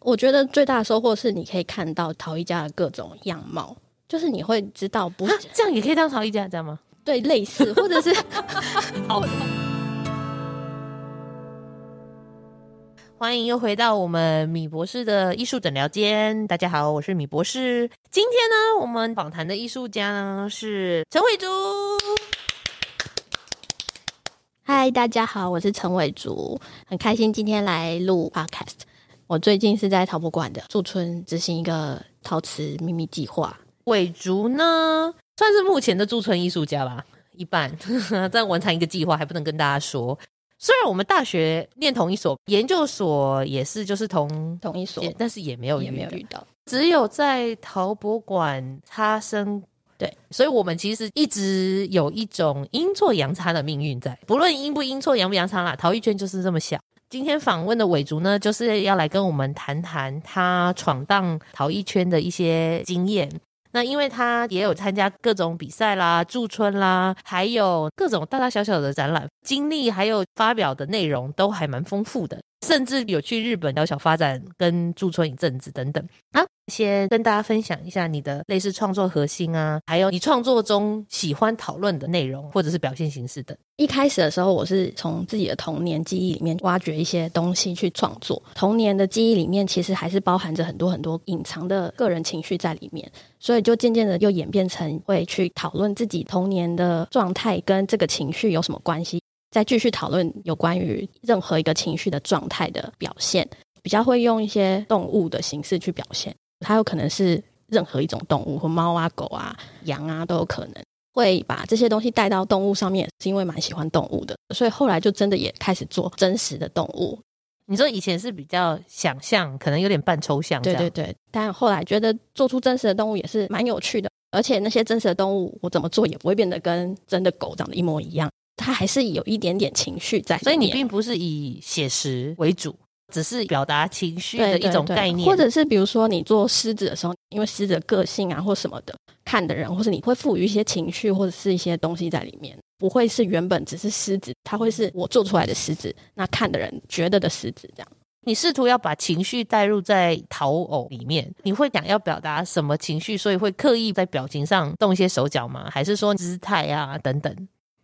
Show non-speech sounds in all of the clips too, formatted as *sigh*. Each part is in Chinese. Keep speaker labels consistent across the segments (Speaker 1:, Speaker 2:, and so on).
Speaker 1: 我觉得最大的收获是你可以看到陶艺家的各种样貌，就是你会知道不
Speaker 2: 啊
Speaker 1: 是、，
Speaker 2: 这样也可以当陶艺家，这样吗？
Speaker 1: 对类似，或者是 *laughs*
Speaker 2: 欢迎又回到我们米博士的艺术诊疗间，大家好，我是米博士。今天呢，我们访谈的艺术家呢是陈慧珠。
Speaker 1: 嗨，大家好，我是陈伟竹，很开心今天来录 podcast。我最近是在陶博馆的驻村执行一个陶瓷秘密计划，
Speaker 2: 伟竹呢，算是目前的驻村艺术家吧，一半 *laughs* 在完成一个计划，还不能跟大家说。虽然我们大学念同一所，研究所也是就是同，
Speaker 1: 同一所
Speaker 2: 也但是也没有
Speaker 1: 也没有
Speaker 2: 遇到
Speaker 1: 遇到。
Speaker 2: 只有在陶博馆擦身。
Speaker 1: 对，
Speaker 2: 所以我们其实一直有一种阴错阳差的命运在，不论阴不阴错阳不阳差啦，陶艺圈就是这么小。今天访问的伟竹呢，就是要来跟我们谈谈他闯荡陶艺圈的一些经验。那因为他也有参加各种比赛啦、驻村啦，还有各种大大小小的展览，经历还有发表的内容都还蛮丰富的，甚至有去日本小小发展跟驻村一阵子等等。啊，先跟大家分享一下你的类似创作核心啊，还有你创作中喜欢讨论的内容或者是表现形式等。
Speaker 1: 一开始的时候，我是从自己的童年记忆里面挖掘一些东西去创作。童年的记忆里面，其实还是包含着很多很多隐藏的个人情绪在里面，所以就渐渐的又演变成会去讨论自己童年的状态跟这个情绪有什么关系，再继续讨论有关于任何一个情绪的状态的表现，比较会用一些动物的形式去表现，它有可能是任何一种动物，或猫啊、狗啊、羊啊都有可能。会把这些东西带到动物上面，是因为蛮喜欢动物的，所以后来就真的也开始做真实的动物。
Speaker 2: 你说以前是比较想象，可能有点半抽象
Speaker 1: 对
Speaker 2: 这样。
Speaker 1: 对对，但后来觉得做出真实的动物也是蛮有趣的，而且那些真实的动物，我怎么做也不会变得跟真的狗长得一模一样，它还是有一点点情绪在里面。
Speaker 2: 所以你并不是以写实为主，只是表达情绪的
Speaker 1: 对
Speaker 2: 一种
Speaker 1: 对对
Speaker 2: 概念，
Speaker 1: 或者是比如说你做狮子的时候，因为狮子的个性啊或什么的，看的人或是你会赋予一些情绪或者是一些东西在里面，不会是原本只是狮子，它会是我做出来的狮子，那看的人觉得的狮子这样。
Speaker 2: 你试图要把情绪带入在陶偶里面，你会想要表达什么情绪，所以会刻意在表情上动一些手脚吗？还是说姿态啊等等？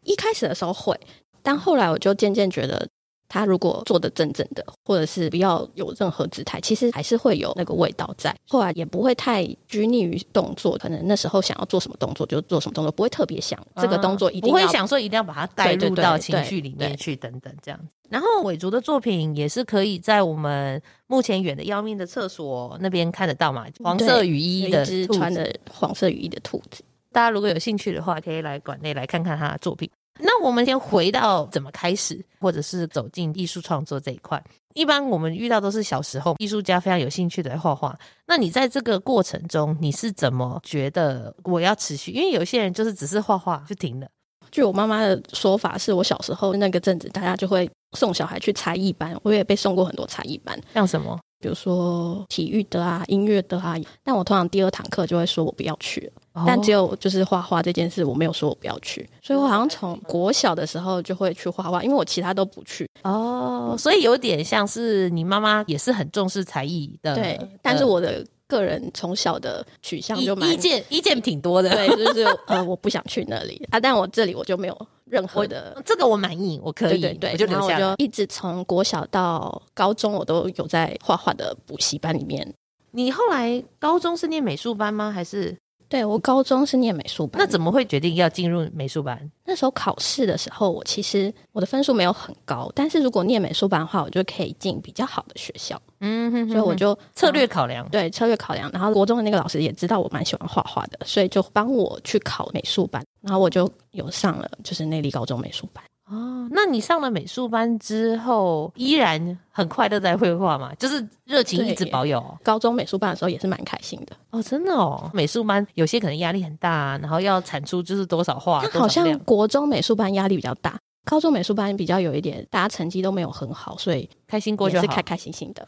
Speaker 1: 一开始的时候会，但后来我就渐渐觉得，他如果做的正正的，或者是不要有任何姿态，其实还是会有那个味道在。后来也不会太拘泥于动作，可能那时候想要做什么动作就做什么动作，不会特别想这个动作一定
Speaker 2: 啊不
Speaker 1: 要。
Speaker 2: 会想说一定要把它带入
Speaker 1: 对对
Speaker 2: 到
Speaker 1: 对
Speaker 2: 情绪里面
Speaker 1: 对
Speaker 2: 去，等等这样子。然后伟竹的作品也是可以在我们目前远的要命的厕所那边看得到嘛，黄色雨
Speaker 1: 有
Speaker 2: 衣的
Speaker 1: 一只
Speaker 2: 兔子
Speaker 1: 穿着黄色雨衣的兔子，
Speaker 2: 大家如果有兴趣的话，可以来馆内来看看他的作品。那我们先回到怎么开始，或者是走进艺术创作这一块。一般我们遇到都是小时候艺术家非常有兴趣的画画。那你在这个过程中，你是怎么觉得我要持续？因为有些人就是只是画画就停了。
Speaker 1: 据我妈妈的说法，是我小时候那个阵子，大家就会送小孩去才艺班，我也被送过很多才艺班。
Speaker 2: 像什么？
Speaker 1: 比如说体育的啊、音乐的啊，但我通常第二堂课就会说我不要去了但只
Speaker 2: 有
Speaker 1: 有就是画画这件事，我没有说我不要去，所以我好像从国小的时候就会去画画，因为我其他都不去。
Speaker 2: 哦，所以有点像是你妈妈也是很重视才艺的，
Speaker 1: 对
Speaker 2: 呃，
Speaker 1: 但是我的个人从小的取向
Speaker 2: 意
Speaker 1: 就蛮
Speaker 2: 意见意见挺多的。
Speaker 1: 对，就是呃，我不想去那里啊，但我这里我就没有任何的。
Speaker 2: 这个我满意，我可
Speaker 1: 对
Speaker 2: 以，
Speaker 1: 对对，
Speaker 2: 我就
Speaker 1: 然
Speaker 2: 留
Speaker 1: 后
Speaker 2: 下
Speaker 1: 我
Speaker 2: 来
Speaker 1: 就一直从国小到高中，我都有在画画的补习班里面。
Speaker 2: 你后来高中是念美术班吗？还是
Speaker 1: 对我高中是念美术班，
Speaker 2: 那怎么会决定要进入美术班？
Speaker 1: 那时候考试的时候，我其实我的分数没有很高，但是如果念美术班的话，我就可以进比较好的学校，
Speaker 2: 嗯哼
Speaker 1: 所以我就
Speaker 2: 策略考量。
Speaker 1: 对策略考量，然后国中的那个老师也知道我蛮喜欢画画的，所以就帮我去考美术班，然后我就有上了就是内力高中美术班。
Speaker 2: 哦，那你上了美术班之后，依然很快乐在绘画嘛？就是热情一直保有哦
Speaker 1: 高中美术班的时候也是蛮开心的，
Speaker 2: 哦，真的哦。美术班有些可能压力很大，啊然后要产出就是多少画，
Speaker 1: 但
Speaker 2: 多
Speaker 1: 好
Speaker 2: 少
Speaker 1: 像
Speaker 2: 量，
Speaker 1: 国中美术班压力比较大。高中美术班比较有一点，大家成绩都没有很好，所以
Speaker 2: 开心过
Speaker 1: 也
Speaker 2: 就是好。
Speaker 1: 开开心心的。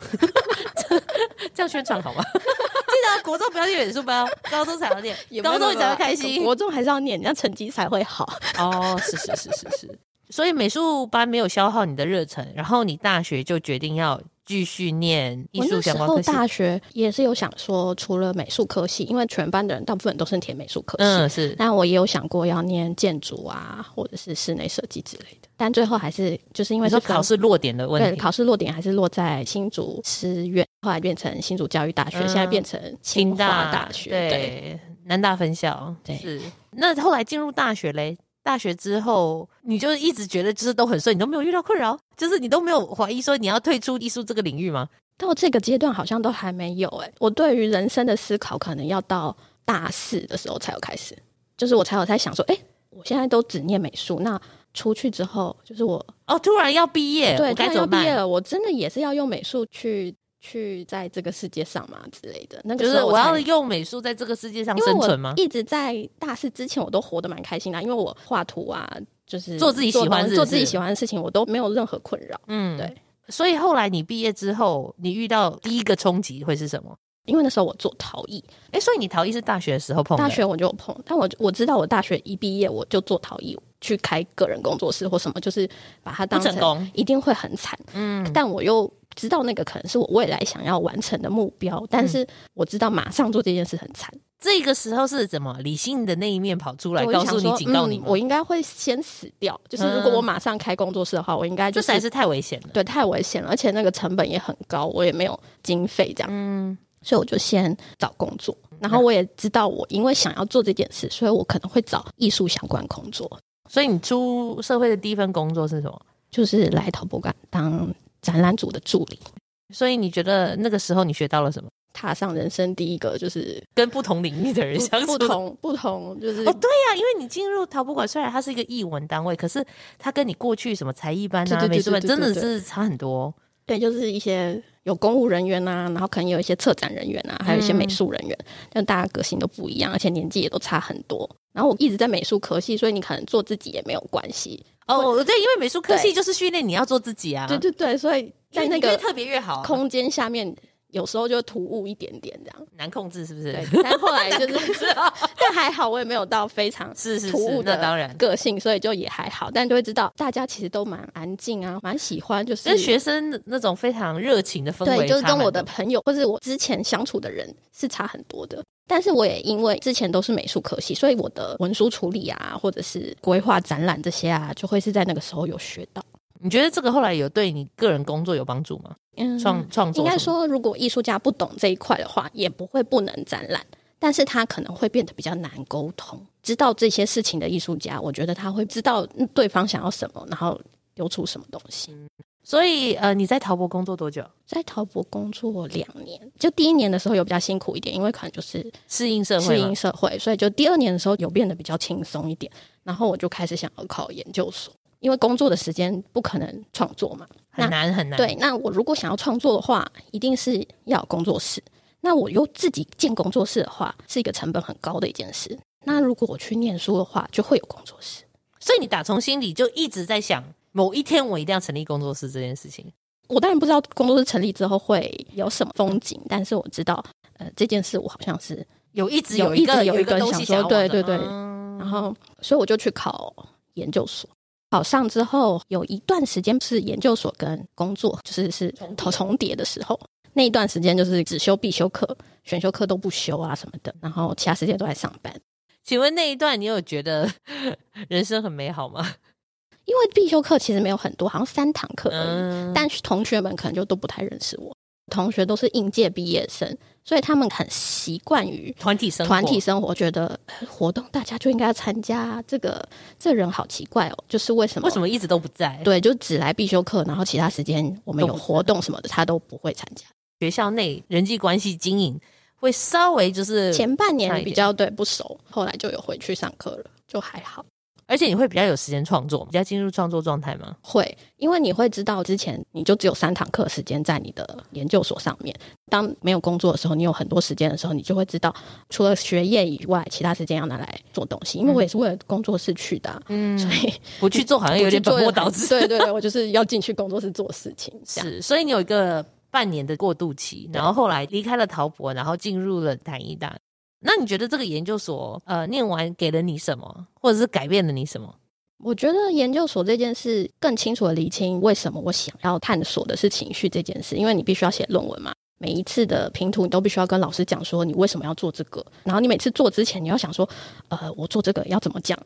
Speaker 2: 这样宣传
Speaker 1: *laughs*
Speaker 2: 好吗？记得啊国中不要念美术 *laughs* 班哦，高中才要念
Speaker 1: 也，没有
Speaker 2: 高中你才会开
Speaker 1: 没有 *laughs*
Speaker 2: 心。
Speaker 1: 国中还是要念，人家成绩才会好。
Speaker 2: 哦，是是是是是，所以美术班没有消耗你的热忱，然后你大学就决定要继续念艺
Speaker 1: 我
Speaker 2: 术
Speaker 1: 那时
Speaker 2: 相关
Speaker 1: 候
Speaker 2: 科系？
Speaker 1: 大学也是有想说，除了美术科系，因为全班的人大部分都是填美术科系，
Speaker 2: 嗯，是
Speaker 1: 但我也有想过要念建筑啊，或者是室内设计之类的，但最后还是就是因为
Speaker 2: 你
Speaker 1: 是
Speaker 2: 说
Speaker 1: 分
Speaker 2: 考试落点的问
Speaker 1: 对
Speaker 2: 题，
Speaker 1: 考试落点还是落在新竹师院，后来变成新竹教育大学，
Speaker 2: 嗯
Speaker 1: 现在变成清
Speaker 2: 清
Speaker 1: 华
Speaker 2: 大
Speaker 1: 大学，对，
Speaker 2: 对南大分校
Speaker 1: 对
Speaker 2: 是。那后来进入大学嘞，大学之后你就一直觉得就是都很顺，你都没有遇到困扰，就是你都没有怀疑说你要退出艺术这个领域吗？
Speaker 1: 到这个阶段好像都还没有哎、我对于人生的思考可能要到大四的时候才有开始，就是我才有在想说，哎、我现在都只念美术，那出去之后就是我
Speaker 2: 哦，突然要毕业，
Speaker 1: 对
Speaker 2: 我该
Speaker 1: 突然
Speaker 2: 怎
Speaker 1: 要
Speaker 2: 么
Speaker 1: 毕业
Speaker 2: 办？
Speaker 1: 了，我真的也是要用美术去去在这个世界上嘛之类的，那个
Speaker 2: 就
Speaker 1: 时
Speaker 2: 是
Speaker 1: 候
Speaker 2: 我
Speaker 1: 才
Speaker 2: 要用美术在这个世界上
Speaker 1: 因为
Speaker 2: 生
Speaker 1: 我
Speaker 2: 存吗？
Speaker 1: 一直在大四之前，我都活得蛮开心的，因为我画图啊，就是
Speaker 2: 做自己喜欢
Speaker 1: 东
Speaker 2: 是不是
Speaker 1: 做自己喜欢的事情，我都没有任何困扰。
Speaker 2: 嗯，
Speaker 1: 对。
Speaker 2: 所以后来你毕业之后，你遇到第一个冲击会是什么？
Speaker 1: 因为那时候我做陶艺，
Speaker 2: 哎、所以你陶艺是大学的时候碰的，
Speaker 1: 大学我就有碰，但我我知道我大学一毕业我就做陶艺，去开个人工作室或什么，就是把它
Speaker 2: 不
Speaker 1: 当
Speaker 2: 成
Speaker 1: 成
Speaker 2: 功，
Speaker 1: 一定会很惨。
Speaker 2: 嗯，
Speaker 1: 但我又知道那个可能是我未来想要完成的目标，
Speaker 2: 嗯
Speaker 1: 但是我知道马上做这件事很惨，
Speaker 2: 这个时候是怎么理性的那一面跑出来，
Speaker 1: 所以我
Speaker 2: 告
Speaker 1: 就
Speaker 2: 诉
Speaker 1: 想
Speaker 2: 你、
Speaker 1: 说
Speaker 2: 警告你
Speaker 1: 嗯
Speaker 2: 吗，嗯
Speaker 1: 我应该会先死掉。就是如果我马上开工作室的话，我应该
Speaker 2: 这
Speaker 1: 就
Speaker 2: 实在是太危险了。
Speaker 1: 对，太危险了，而且那个成本也很高，我也没有经费这样，
Speaker 2: 嗯，
Speaker 1: 所以我就先找工作。然后我也知道，我因为想要做这件事，所以我可能会找艺术相关工作，
Speaker 2: 所以你出社会的第一份工作是什么？
Speaker 1: 就是来陶博馆当展览组的助理，
Speaker 2: 所以你觉得那个时候你学到了什么？
Speaker 1: 踏上人生第一个就是
Speaker 2: 跟不同领域的人相处
Speaker 1: 不不同不同，就是
Speaker 2: 哦， *laughs* 对呀、因为你进入陶博馆，虽然它是一个艺文单位，可是它跟你过去什么才艺班
Speaker 1: 对
Speaker 2: 啊、
Speaker 1: 对对
Speaker 2: 美术班
Speaker 1: 对对
Speaker 2: 真的
Speaker 1: 对
Speaker 2: 是差很多。
Speaker 1: 对，就是一些有公务人员啊，然后可能有一些策展人员啊，还有一些美术人员，但大家个性都不一样，而且年纪也都差很多。然后我一直在美术科系，所以你可能做自己也没有关系。
Speaker 2: 哦，对，因为美术科系
Speaker 1: 对
Speaker 2: 就是训练你要做自己啊，
Speaker 1: 对对对，所以在
Speaker 2: 因
Speaker 1: 那
Speaker 2: 为你
Speaker 1: 个
Speaker 2: 越特别越好啊、
Speaker 1: 空间下面，有时候就突兀一点点这样。
Speaker 2: 难控制是不是？
Speaker 1: 对，但后来就是， *laughs* 但还好我也没有到非常
Speaker 2: *laughs* 是是
Speaker 1: 突兀
Speaker 2: 是，那
Speaker 1: 的
Speaker 2: 当然。
Speaker 1: 个性，所以就也还好。但就会知道大家其实都蛮安静啊，蛮喜欢就是
Speaker 2: 跟学生那种非常热情的氛围，
Speaker 1: 对，就是跟我的，朋友或者我之前相处的人是差很多的。但是我也因为之前都是美术科系，所以我的文书处理啊，或者是规划展览这些啊，就会是在那个时候有学到。
Speaker 2: 你觉得这个后来有对你个人工作有帮助吗？
Speaker 1: 嗯
Speaker 2: 创创作
Speaker 1: 应该
Speaker 2: 什么
Speaker 1: 说，如果艺术家不懂这一块的话，也不会不能展览，但是他可能会变得比较难沟通。知道这些事情的艺术家，我觉得他会知道嗯对方想要什么，然后丢出什么东西。
Speaker 2: 嗯所以呃，你在陶博工作多久？
Speaker 1: 在陶博工作两年，就第一年的时候有比较辛苦一点，因为可能就是
Speaker 2: 适应社
Speaker 1: 适
Speaker 2: 会吗
Speaker 1: 应社会，所以就第二年的时候有变得比较轻松一点。然后我就开始想要考研究所，因为工作的时间不可能创作嘛，
Speaker 2: 很难很难。，
Speaker 1: 对，那我如果想要创作的话，一定是要有工作室。那我又自己建工作室的话，是一个成本很高的一件事。那如果我去念书的话，就会有工作室。
Speaker 2: 所以你打从心里就一直在想，某一天我一定要成立工作室这件事情。
Speaker 1: 我当然不知道工作室成立之后会有什么风景，但是我知道，呃，这件事我好像是，
Speaker 2: 有一直
Speaker 1: 有
Speaker 2: 一个
Speaker 1: 一直有
Speaker 2: 有
Speaker 1: 一个
Speaker 2: 东西
Speaker 1: 想
Speaker 2: 想
Speaker 1: 说
Speaker 2: 要往
Speaker 1: 对
Speaker 2: 的
Speaker 1: 对对
Speaker 2: 嗯
Speaker 1: 然后，所以我就去考研究所。考上之后，有一段时间是研究所跟工作就是是
Speaker 2: 重叠
Speaker 1: 重重叠的时候，那一段时间就是只修必修课，选修课都不修啊什么的，然后其他时间都在上班。
Speaker 2: 请问那一段你有觉得 *laughs* 人生很美好吗？
Speaker 1: 因为必修课其实没有很多，好像三堂课而已。
Speaker 2: 嗯，
Speaker 1: 但是同学们可能就都不太认识我，同学都是应届毕业生，所以他们很习惯于
Speaker 2: 团体生活
Speaker 1: 团体生活，觉得呃活动大家就应该参加。这个这人好奇怪哦，就是为什么？
Speaker 2: 为什么一直都不在？
Speaker 1: 对，就只来必修课，然后其他时间我们
Speaker 2: 都
Speaker 1: 有
Speaker 2: 不参加
Speaker 1: 活动什么的，他都不会参加。
Speaker 2: 学校内人际关系经营会稍微就是
Speaker 1: 前半
Speaker 2: 差一
Speaker 1: 年
Speaker 2: 点
Speaker 1: 比较对不熟，后来就有回去上课了，就还好。
Speaker 2: 而且你会比较有时间创作，比较进入创作状态吗？
Speaker 1: 会，因为你会知道之前你就只有三堂课时间在你的研究所上面。当没有工作的时候，你有很多时间的时候，你就会知道除了学业以外，其他时间要拿来做东西。因为我也是为了工作室去的啊、
Speaker 2: 嗯，
Speaker 1: 所以
Speaker 2: 不去做好像有点本末倒置。
Speaker 1: 对对对，我就是要进去工作室做事情。这样
Speaker 2: *laughs* 是，所以你有一个半年的过渡期，然后后来离开了陶博，然后进入了台艺大。那你觉得这个研究所呃念完给了你什么，或者是改变了你什么？
Speaker 1: 我觉得研究所这件事更清楚的厘清为什么我想要探索的是情绪这件事，因为你必须要写论文嘛。每一次的评图，你都必须要跟老师讲说你为什么要做这个，然后你每次做之前，你要想说，呃，我做这个要怎么讲，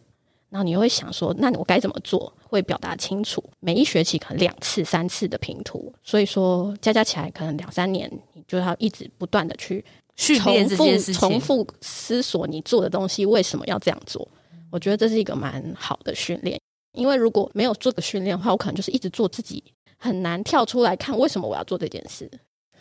Speaker 1: 然后你会想说，那我该怎么做会表达清楚？每一学期可能两次、三次的评图，所以说加加起来可能两三年，你就要一直不断的去
Speaker 2: 训
Speaker 1: 重
Speaker 2: 练这件
Speaker 1: 复
Speaker 2: 事情，
Speaker 1: 重复思索你做的东西为什么要这样做。我觉得这是一个蛮好的训练，因为如果没有做这个训练的话，我可能就是一直做自己，很难跳出来看为什么我要做这件事。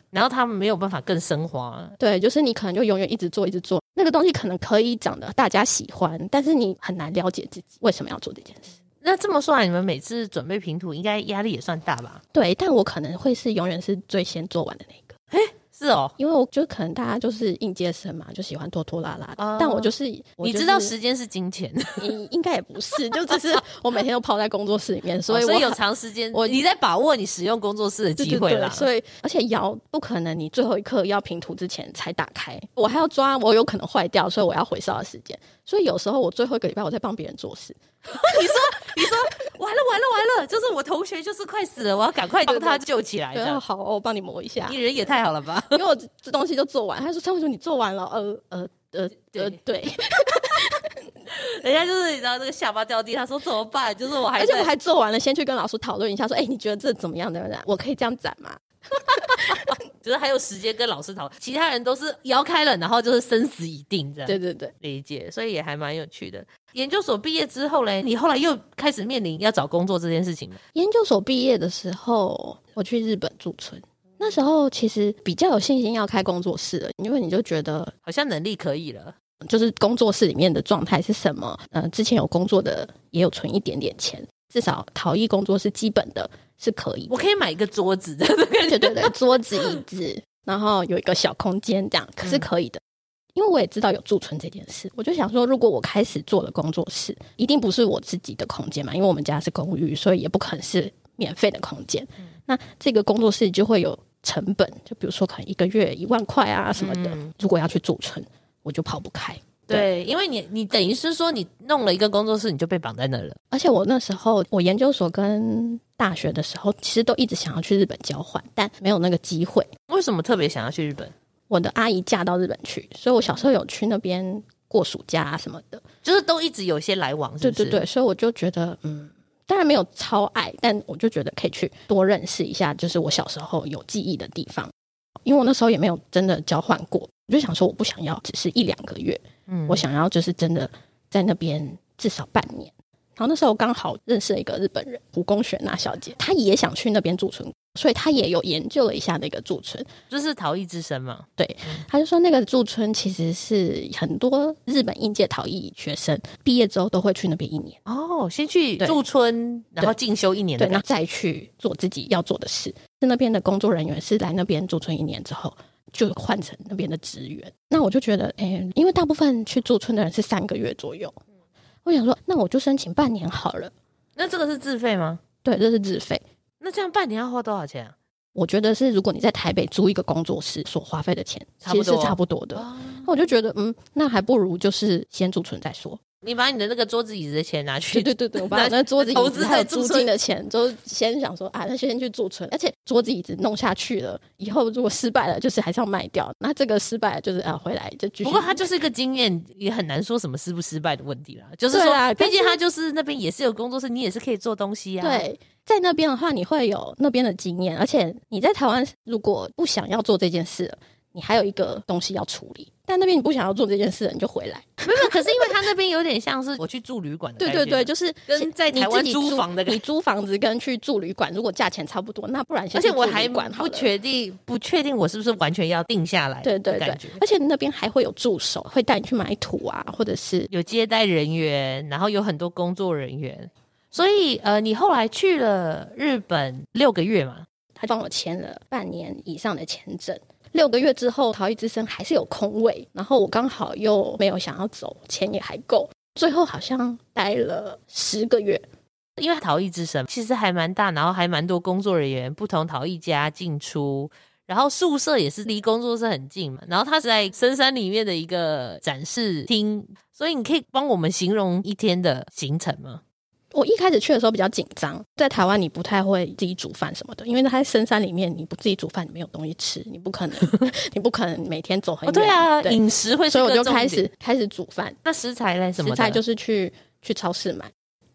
Speaker 2: 然后他们没有办法更升华。
Speaker 1: 对，就是你可能就永远一直做，一直做那个东西，可能可以讲的大家喜欢，但是你很难了解自己为什么要做这件事。
Speaker 2: 那这么说来，你们每次准备评图，应该压力也算大吧？
Speaker 1: 对，但我可能会是永远是最先做完的那个，
Speaker 2: 是哦，
Speaker 1: 因为我觉得可能大家就是应届生嘛，就喜欢拖拖拉拉的。
Speaker 2: 哦
Speaker 1: 但我就是，我
Speaker 2: 你
Speaker 1: 就
Speaker 2: 知道
Speaker 1: 是
Speaker 2: 时间是金钱，
Speaker 1: *laughs*
Speaker 2: 哦
Speaker 1: 应应该也不是，就只是我每天都泡在工作室里面，所以我
Speaker 2: 哦所以有
Speaker 1: 很
Speaker 2: 长时间，
Speaker 1: 我
Speaker 2: 你在把握你使用工作室的
Speaker 1: 对
Speaker 2: 机
Speaker 1: 对
Speaker 2: 会
Speaker 1: 对，
Speaker 2: 啦。
Speaker 1: 所以而且摇不可能，你最后一刻要平图之前才打开，我还要抓，我有可能坏掉，所以我要回烧的时间。所以有时候我最后一个礼拜我在帮别人做事，
Speaker 2: 完了完了完了，就是我同学就是快死了，我要赶快帮他救起来。这
Speaker 1: 对，哦
Speaker 2: 样
Speaker 1: 好，我帮你磨一下
Speaker 2: 你，人也太好了
Speaker 1: *laughs*
Speaker 2: 吧？
Speaker 1: 因为我这这东西就做完。他说：“蔡慧说你做完了，呃呃呃呃，对，
Speaker 2: 人家就是你知道那个下巴掉地，他说怎么办？就是我还
Speaker 1: 而且我
Speaker 2: 在
Speaker 1: 还做完了，先去跟老师讨论一下，说，哎，你觉得这怎么样？怎么样？我可以这样展
Speaker 2: 嗯
Speaker 1: 吗？
Speaker 2: 就是还有时间跟老师讨论，其他人都是摇开了，然后就是生死已定这样。
Speaker 1: 对对对。”
Speaker 2: 理解，所以也还蛮有趣的。研究所毕业之后嘞，你后来又开始面临要找工作这件事情吗？
Speaker 1: 研究所毕业的时候，我去日本驻村。那时候其实比较有信心要开工作室了，因为你就觉得
Speaker 2: 好像能力可以了，
Speaker 1: 就是工作室里面的状态是什么，呃，之前有工作的也有存一点点钱，至少陶艺工作是基本的，是可以的。
Speaker 2: 我可以买一个桌子的这个
Speaker 1: 对对对，桌子椅子，然后有一个小空间这样，可是
Speaker 2: 嗯
Speaker 1: 可以的。因为我也知道有驻村这件事，我就想说，如果我开始做了工作室，一定不是我自己的空间嘛，因为我们家是公寓，所以也不可能是免费的空间。
Speaker 2: 嗯
Speaker 1: 那这个工作室就会有成本，就比如说可能一个月一万块啊什么的。
Speaker 2: 嗯
Speaker 1: 如果要去驻村，我就跑不开。
Speaker 2: 对，因为你你等于是说你弄了一个工作室，你就被绑在那了。
Speaker 1: 而且我那时候，我研究所跟大学的时候，其实都一直想要去日本交换，但没有那个机会。
Speaker 2: 为什么特别想要去日本？
Speaker 1: 我的阿姨嫁到日本去，所以我小时候有去那边过暑假啊什么的。
Speaker 2: 就是都一直有些来往，是
Speaker 1: 对
Speaker 2: 不是？
Speaker 1: 对对，所以我就觉得，嗯，当然没有超爱，但我就觉得可以去多认识一下，就是我小时候有记忆的地方。因为我那时候也没有真的交换过，我就想说，我不想要只是一两个月，
Speaker 2: 嗯
Speaker 1: 我想要就是真的在那边至少半年。然后那时候刚好认识了一个日本人，胡宫雪娜啊小姐，她也想去那边驻村，所以她也有研究了一下那个驻村。
Speaker 2: 就是逃逸之身嘛。
Speaker 1: 他就说，那个驻村其实是很多日本应届逃逸学生毕业之后都会去那边一年，
Speaker 2: 哦，先去
Speaker 1: 对
Speaker 2: 驻村，然后进修一年的
Speaker 1: 对，
Speaker 2: 感
Speaker 1: 然
Speaker 2: 觉
Speaker 1: 后再去做自己要做的事。是那边的工作人员是来那边驻村一年之后就换成那边的职员。那我就觉得，诶，因为大部分去驻村的人是三个月左右，我想说，那我就申请半年好了。
Speaker 2: 那这个是自费吗？
Speaker 1: 对，这是自费。
Speaker 2: 那这样半年要花多少钱啊？
Speaker 1: 我觉得是，如果你在台北租一个工作室所花费的钱，
Speaker 2: 差不
Speaker 1: 其实是
Speaker 2: 多
Speaker 1: 差不多的。那我就觉得，嗯，那还不如就是先驻村再说。
Speaker 2: 你把你的那个桌子椅子的钱拿去
Speaker 1: 对对对对，我把
Speaker 2: 那
Speaker 1: 我那桌子
Speaker 2: 投
Speaker 1: 椅
Speaker 2: 资
Speaker 1: 子
Speaker 2: 在
Speaker 1: 还有
Speaker 2: 驻
Speaker 1: 租
Speaker 2: 村
Speaker 1: 金的钱，就先想说啊，那先去驻村，而且桌子椅子弄下去了，以后如果失败了，就是还是要卖掉。那这个失败了，就是啊，回来就继续。
Speaker 2: 不过它就是一个经验，也很难说什么失不失败的问题啦。就是
Speaker 1: 对
Speaker 2: 说，
Speaker 1: 啦
Speaker 2: 毕
Speaker 1: 但
Speaker 2: 竟
Speaker 1: 是
Speaker 2: 它啊就是那边也是有工作室，你也是可以做东西啊呀、，
Speaker 1: 对，在那边的话，你会有那边的经验，而且你在台湾如果不想要做这件事了，你还有一个东西要处理。但那边你不想要做这件事了，你就回来。
Speaker 2: 没有。可是因为它那边有点像是我去住旅馆的啊
Speaker 1: 对
Speaker 2: 感
Speaker 1: 对
Speaker 2: 觉，
Speaker 1: 对，就是
Speaker 2: 跟在
Speaker 1: 你
Speaker 2: 台湾
Speaker 1: 自己
Speaker 2: 租房的感
Speaker 1: 你租房子跟去住旅馆，如果价钱差不多，那不然先
Speaker 2: 而且
Speaker 1: 去
Speaker 2: 我
Speaker 1: 住
Speaker 2: 还
Speaker 1: 旅馆好
Speaker 2: 不
Speaker 1: 了
Speaker 2: 确定，不确定我是不是完全要定下来，
Speaker 1: 对对
Speaker 2: 感
Speaker 1: 对
Speaker 2: 觉，
Speaker 1: 而且那边还会有助手，会带你去买土啊，或者是
Speaker 2: 有接待人员，然后有很多工作人员。所以，呃，你后来去了日本六个月嘛？
Speaker 1: 他帮我签了半年以上的签证。六个月之后，逃逸之声还是有空位，然后我刚好又没有想要走，钱也还够，最后好像待了十个月。
Speaker 2: 因为陶艺之神其实还蛮大，然后还蛮多工作人员，不同陶艺家进出，然后宿舍也是离工作室很近嘛。然后它是在深山里面的一个展示厅，所以你可以帮我们形容一天的行程吗？
Speaker 1: 我一开始去的时候比较紧张，在台湾你不太会自己煮饭什么的，因为它在深山里面，你不自己煮饭，你没有东西吃，你不可能， *laughs* 你不可能每天走很
Speaker 2: 哦，
Speaker 1: 远。
Speaker 2: 对啊，
Speaker 1: 对
Speaker 2: 饮食会是
Speaker 1: 所以我
Speaker 2: 个
Speaker 1: 就
Speaker 2: 重
Speaker 1: 开
Speaker 2: 点
Speaker 1: 始开始煮饭，
Speaker 2: 那食材嘞什
Speaker 1: 食
Speaker 2: 么的
Speaker 1: 材就是去去超市买。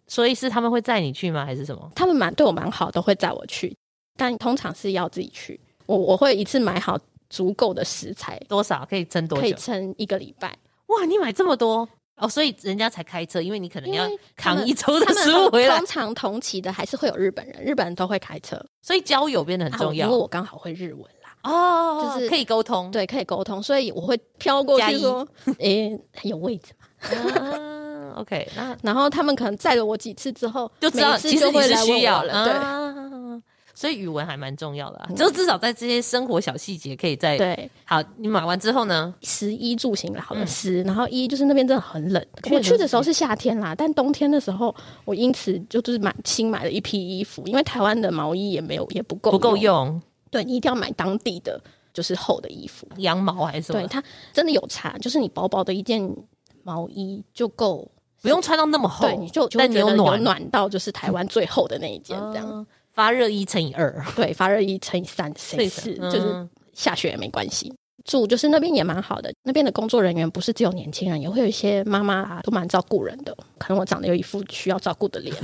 Speaker 2: 所以是他们会载你去吗？还是什么？
Speaker 1: 他们蛮对我蛮好，都会载我去，但通常是要自己去。我我会一次买好足够的食材，
Speaker 2: 多少可以撑多
Speaker 1: 可以
Speaker 2: 久？
Speaker 1: 撑一个礼拜。
Speaker 2: 哇，你买这么多哦，所以人家才开车，因为你可能
Speaker 1: 因
Speaker 2: 要
Speaker 1: 为他
Speaker 2: 扛
Speaker 1: 们
Speaker 2: 一周
Speaker 1: 他
Speaker 2: 的
Speaker 1: 们
Speaker 2: 食物回
Speaker 1: 通
Speaker 2: 来
Speaker 1: 通，常同期的还是会有日本人，日本人都会开车，
Speaker 2: 所以交友变得很
Speaker 1: 啊
Speaker 2: 重要
Speaker 1: 因为我刚好会日文啦，
Speaker 2: 哦，
Speaker 1: 啊就是
Speaker 2: 可以沟通。
Speaker 1: 对，可以沟通，所以我会飘过
Speaker 2: 加
Speaker 1: 去
Speaker 2: 一
Speaker 1: 说， *laughs* 诶、还有位置吗？
Speaker 2: 啊 OK，那
Speaker 1: *laughs* 然后他们可能载了我几次之后，
Speaker 2: 就知道
Speaker 1: 每次
Speaker 2: 其实
Speaker 1: 就
Speaker 2: 你
Speaker 1: 会
Speaker 2: 是
Speaker 1: 来问
Speaker 2: 需要
Speaker 1: 我了，对。
Speaker 2: 啊所以语文还蛮重要的啊、
Speaker 1: 嗯
Speaker 2: 就至少在这些生活小细节可以在
Speaker 1: 对，
Speaker 2: 好，你买完之后呢？
Speaker 1: 十一住行啦，好了，
Speaker 2: 嗯
Speaker 1: 十、然后一就是那边真的很冷。
Speaker 2: 去的
Speaker 1: 我去的时候是夏天啦，但冬天的时候，我因此就就是买新买了一批衣服，因为台湾的毛衣也没有，也不够，
Speaker 2: 不够。用，
Speaker 1: 对你一定要买当地的，就是厚的衣服。
Speaker 2: 羊毛还是什
Speaker 1: 对，
Speaker 2: 么？
Speaker 1: 它真的有差，就是你薄薄的一件毛衣就够，
Speaker 2: 不用穿到那么厚
Speaker 1: 对，你，就就会
Speaker 2: 但你
Speaker 1: 觉得有
Speaker 2: 暖，
Speaker 1: 暖到，就是台湾最厚的那一件这样。
Speaker 2: 嗯发热衣乘以二，
Speaker 1: 对，发热衣乘以三，乘以四，就是
Speaker 2: 嗯
Speaker 1: 下雪也没关系。住就是那边也蛮好的，那边的工作人员不是只有年轻人，也会有一些妈妈啊，都蛮照顾人的。可能我长得有一副需要照顾的脸，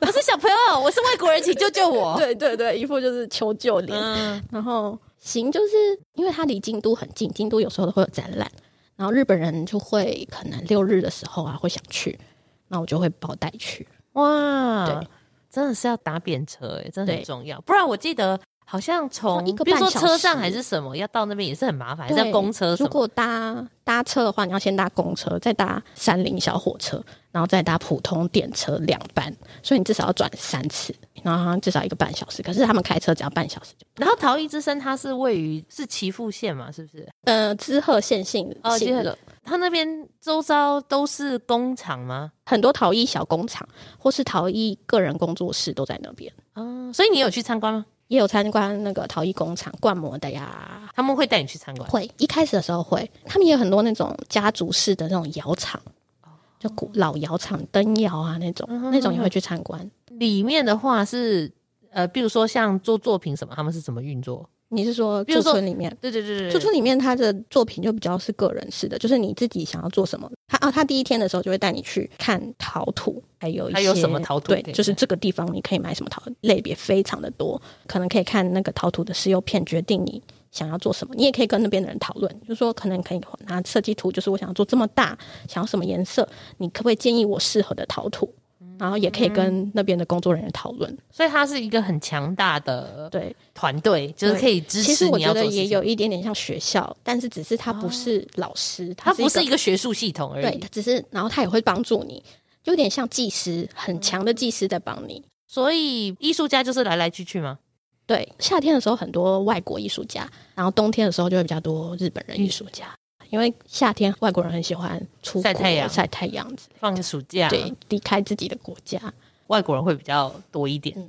Speaker 2: 我是小朋友，我是外国人，请救
Speaker 1: *laughs*
Speaker 2: 救我。
Speaker 1: 对对对，一副就是求救脸。
Speaker 2: 嗯，
Speaker 1: 然后行，就是因为它离京都很近，京都有时候都会有展览，然后日本人就会可能六日的时候啊会想去，那我就会包带去。
Speaker 2: 哇
Speaker 1: 对，
Speaker 2: 真的是要打扁车哎、真的很
Speaker 1: 对
Speaker 2: 重要。不然我记得好像从
Speaker 1: 一个
Speaker 2: 比如说
Speaker 1: 半小时
Speaker 2: 车上还是什么，要到那边也是很麻烦，还是要
Speaker 1: 对
Speaker 2: 公车什
Speaker 1: 如
Speaker 2: 么。
Speaker 1: 果搭搭车的话，你要先搭公车，再搭山林小火车，然后再搭普通电车两班，所以你至少要转三次，然后好像至少一个半小时。可是他们开车只要半小时就。
Speaker 2: 然后陶艺之声它是位于是岐阜县嘛，是不是？
Speaker 1: 呃，知鹤县信
Speaker 2: 哦
Speaker 1: 信
Speaker 2: 知
Speaker 1: 乐
Speaker 2: 它那边周遭都是工厂吗？
Speaker 1: 很多陶艺小工厂或是陶艺个人工作室都在那边，
Speaker 2: 啊、所以你有去参观吗？
Speaker 1: 也有参观那个陶艺工厂灌模的呀。
Speaker 2: 他们会带你去参观。
Speaker 1: 会一开始的时候会，他们也有很多那种家族式的那种窑厂，就古老窑厂灯窑啊那种，
Speaker 2: 嗯哼
Speaker 1: 那种也会去参观。
Speaker 2: 里面的话是呃，比如说像做作品什么，他们是怎么运作？
Speaker 1: 你是说
Speaker 2: 比如
Speaker 1: 驻
Speaker 2: 说
Speaker 1: 村里面？
Speaker 2: 对对对
Speaker 1: 驻村里面他的作品就比较是个人式的，就是你自己想要做什么。他啊，他第一天的时候就会带你去看陶土，还有一些
Speaker 2: 还有什么陶土
Speaker 1: 对
Speaker 2: 对，
Speaker 1: 就是这个地方你可以买什么陶，类别非常的多，可能可以看那个陶土的石釉片，决定你想要做什么。你也可以跟那边的人讨论，就是说可能可以拿设计图，就是我想要做这么大，想要什么颜色，你可不可以建议我适合的陶土？然后也
Speaker 2: 嗯
Speaker 1: 可以跟那边的工作人员讨论，
Speaker 2: 所以它是一个很强大的
Speaker 1: 对，
Speaker 2: 团队，就是可以支
Speaker 1: 其实
Speaker 2: 持
Speaker 1: 我
Speaker 2: 你
Speaker 1: 觉
Speaker 2: 要
Speaker 1: 得
Speaker 2: 做的
Speaker 1: 也
Speaker 2: 事
Speaker 1: 有
Speaker 2: 情。
Speaker 1: 一点点像学校，但是只是他不是老师，
Speaker 2: 它
Speaker 1: 他
Speaker 2: 不是
Speaker 1: 一
Speaker 2: 一
Speaker 1: 个
Speaker 2: 个学术系统而
Speaker 1: 对，
Speaker 2: 已
Speaker 1: 他，只是然后他也会帮助你，有点像技师，很强
Speaker 2: 嗯
Speaker 1: 的技师在帮你。
Speaker 2: 所以艺术家就是来来去去嘛。
Speaker 1: 对，夏天的时候很多外国艺术家，然后冬天的时候就会比较多日本
Speaker 2: 嗯
Speaker 1: 人艺术家，因为夏天外国人很喜欢出国
Speaker 2: 晒太阳啊
Speaker 1: 晒太阳之类
Speaker 2: 放暑假，
Speaker 1: 的，对，离开自己的国家，
Speaker 2: 外国人会比较多一点。
Speaker 1: 嗯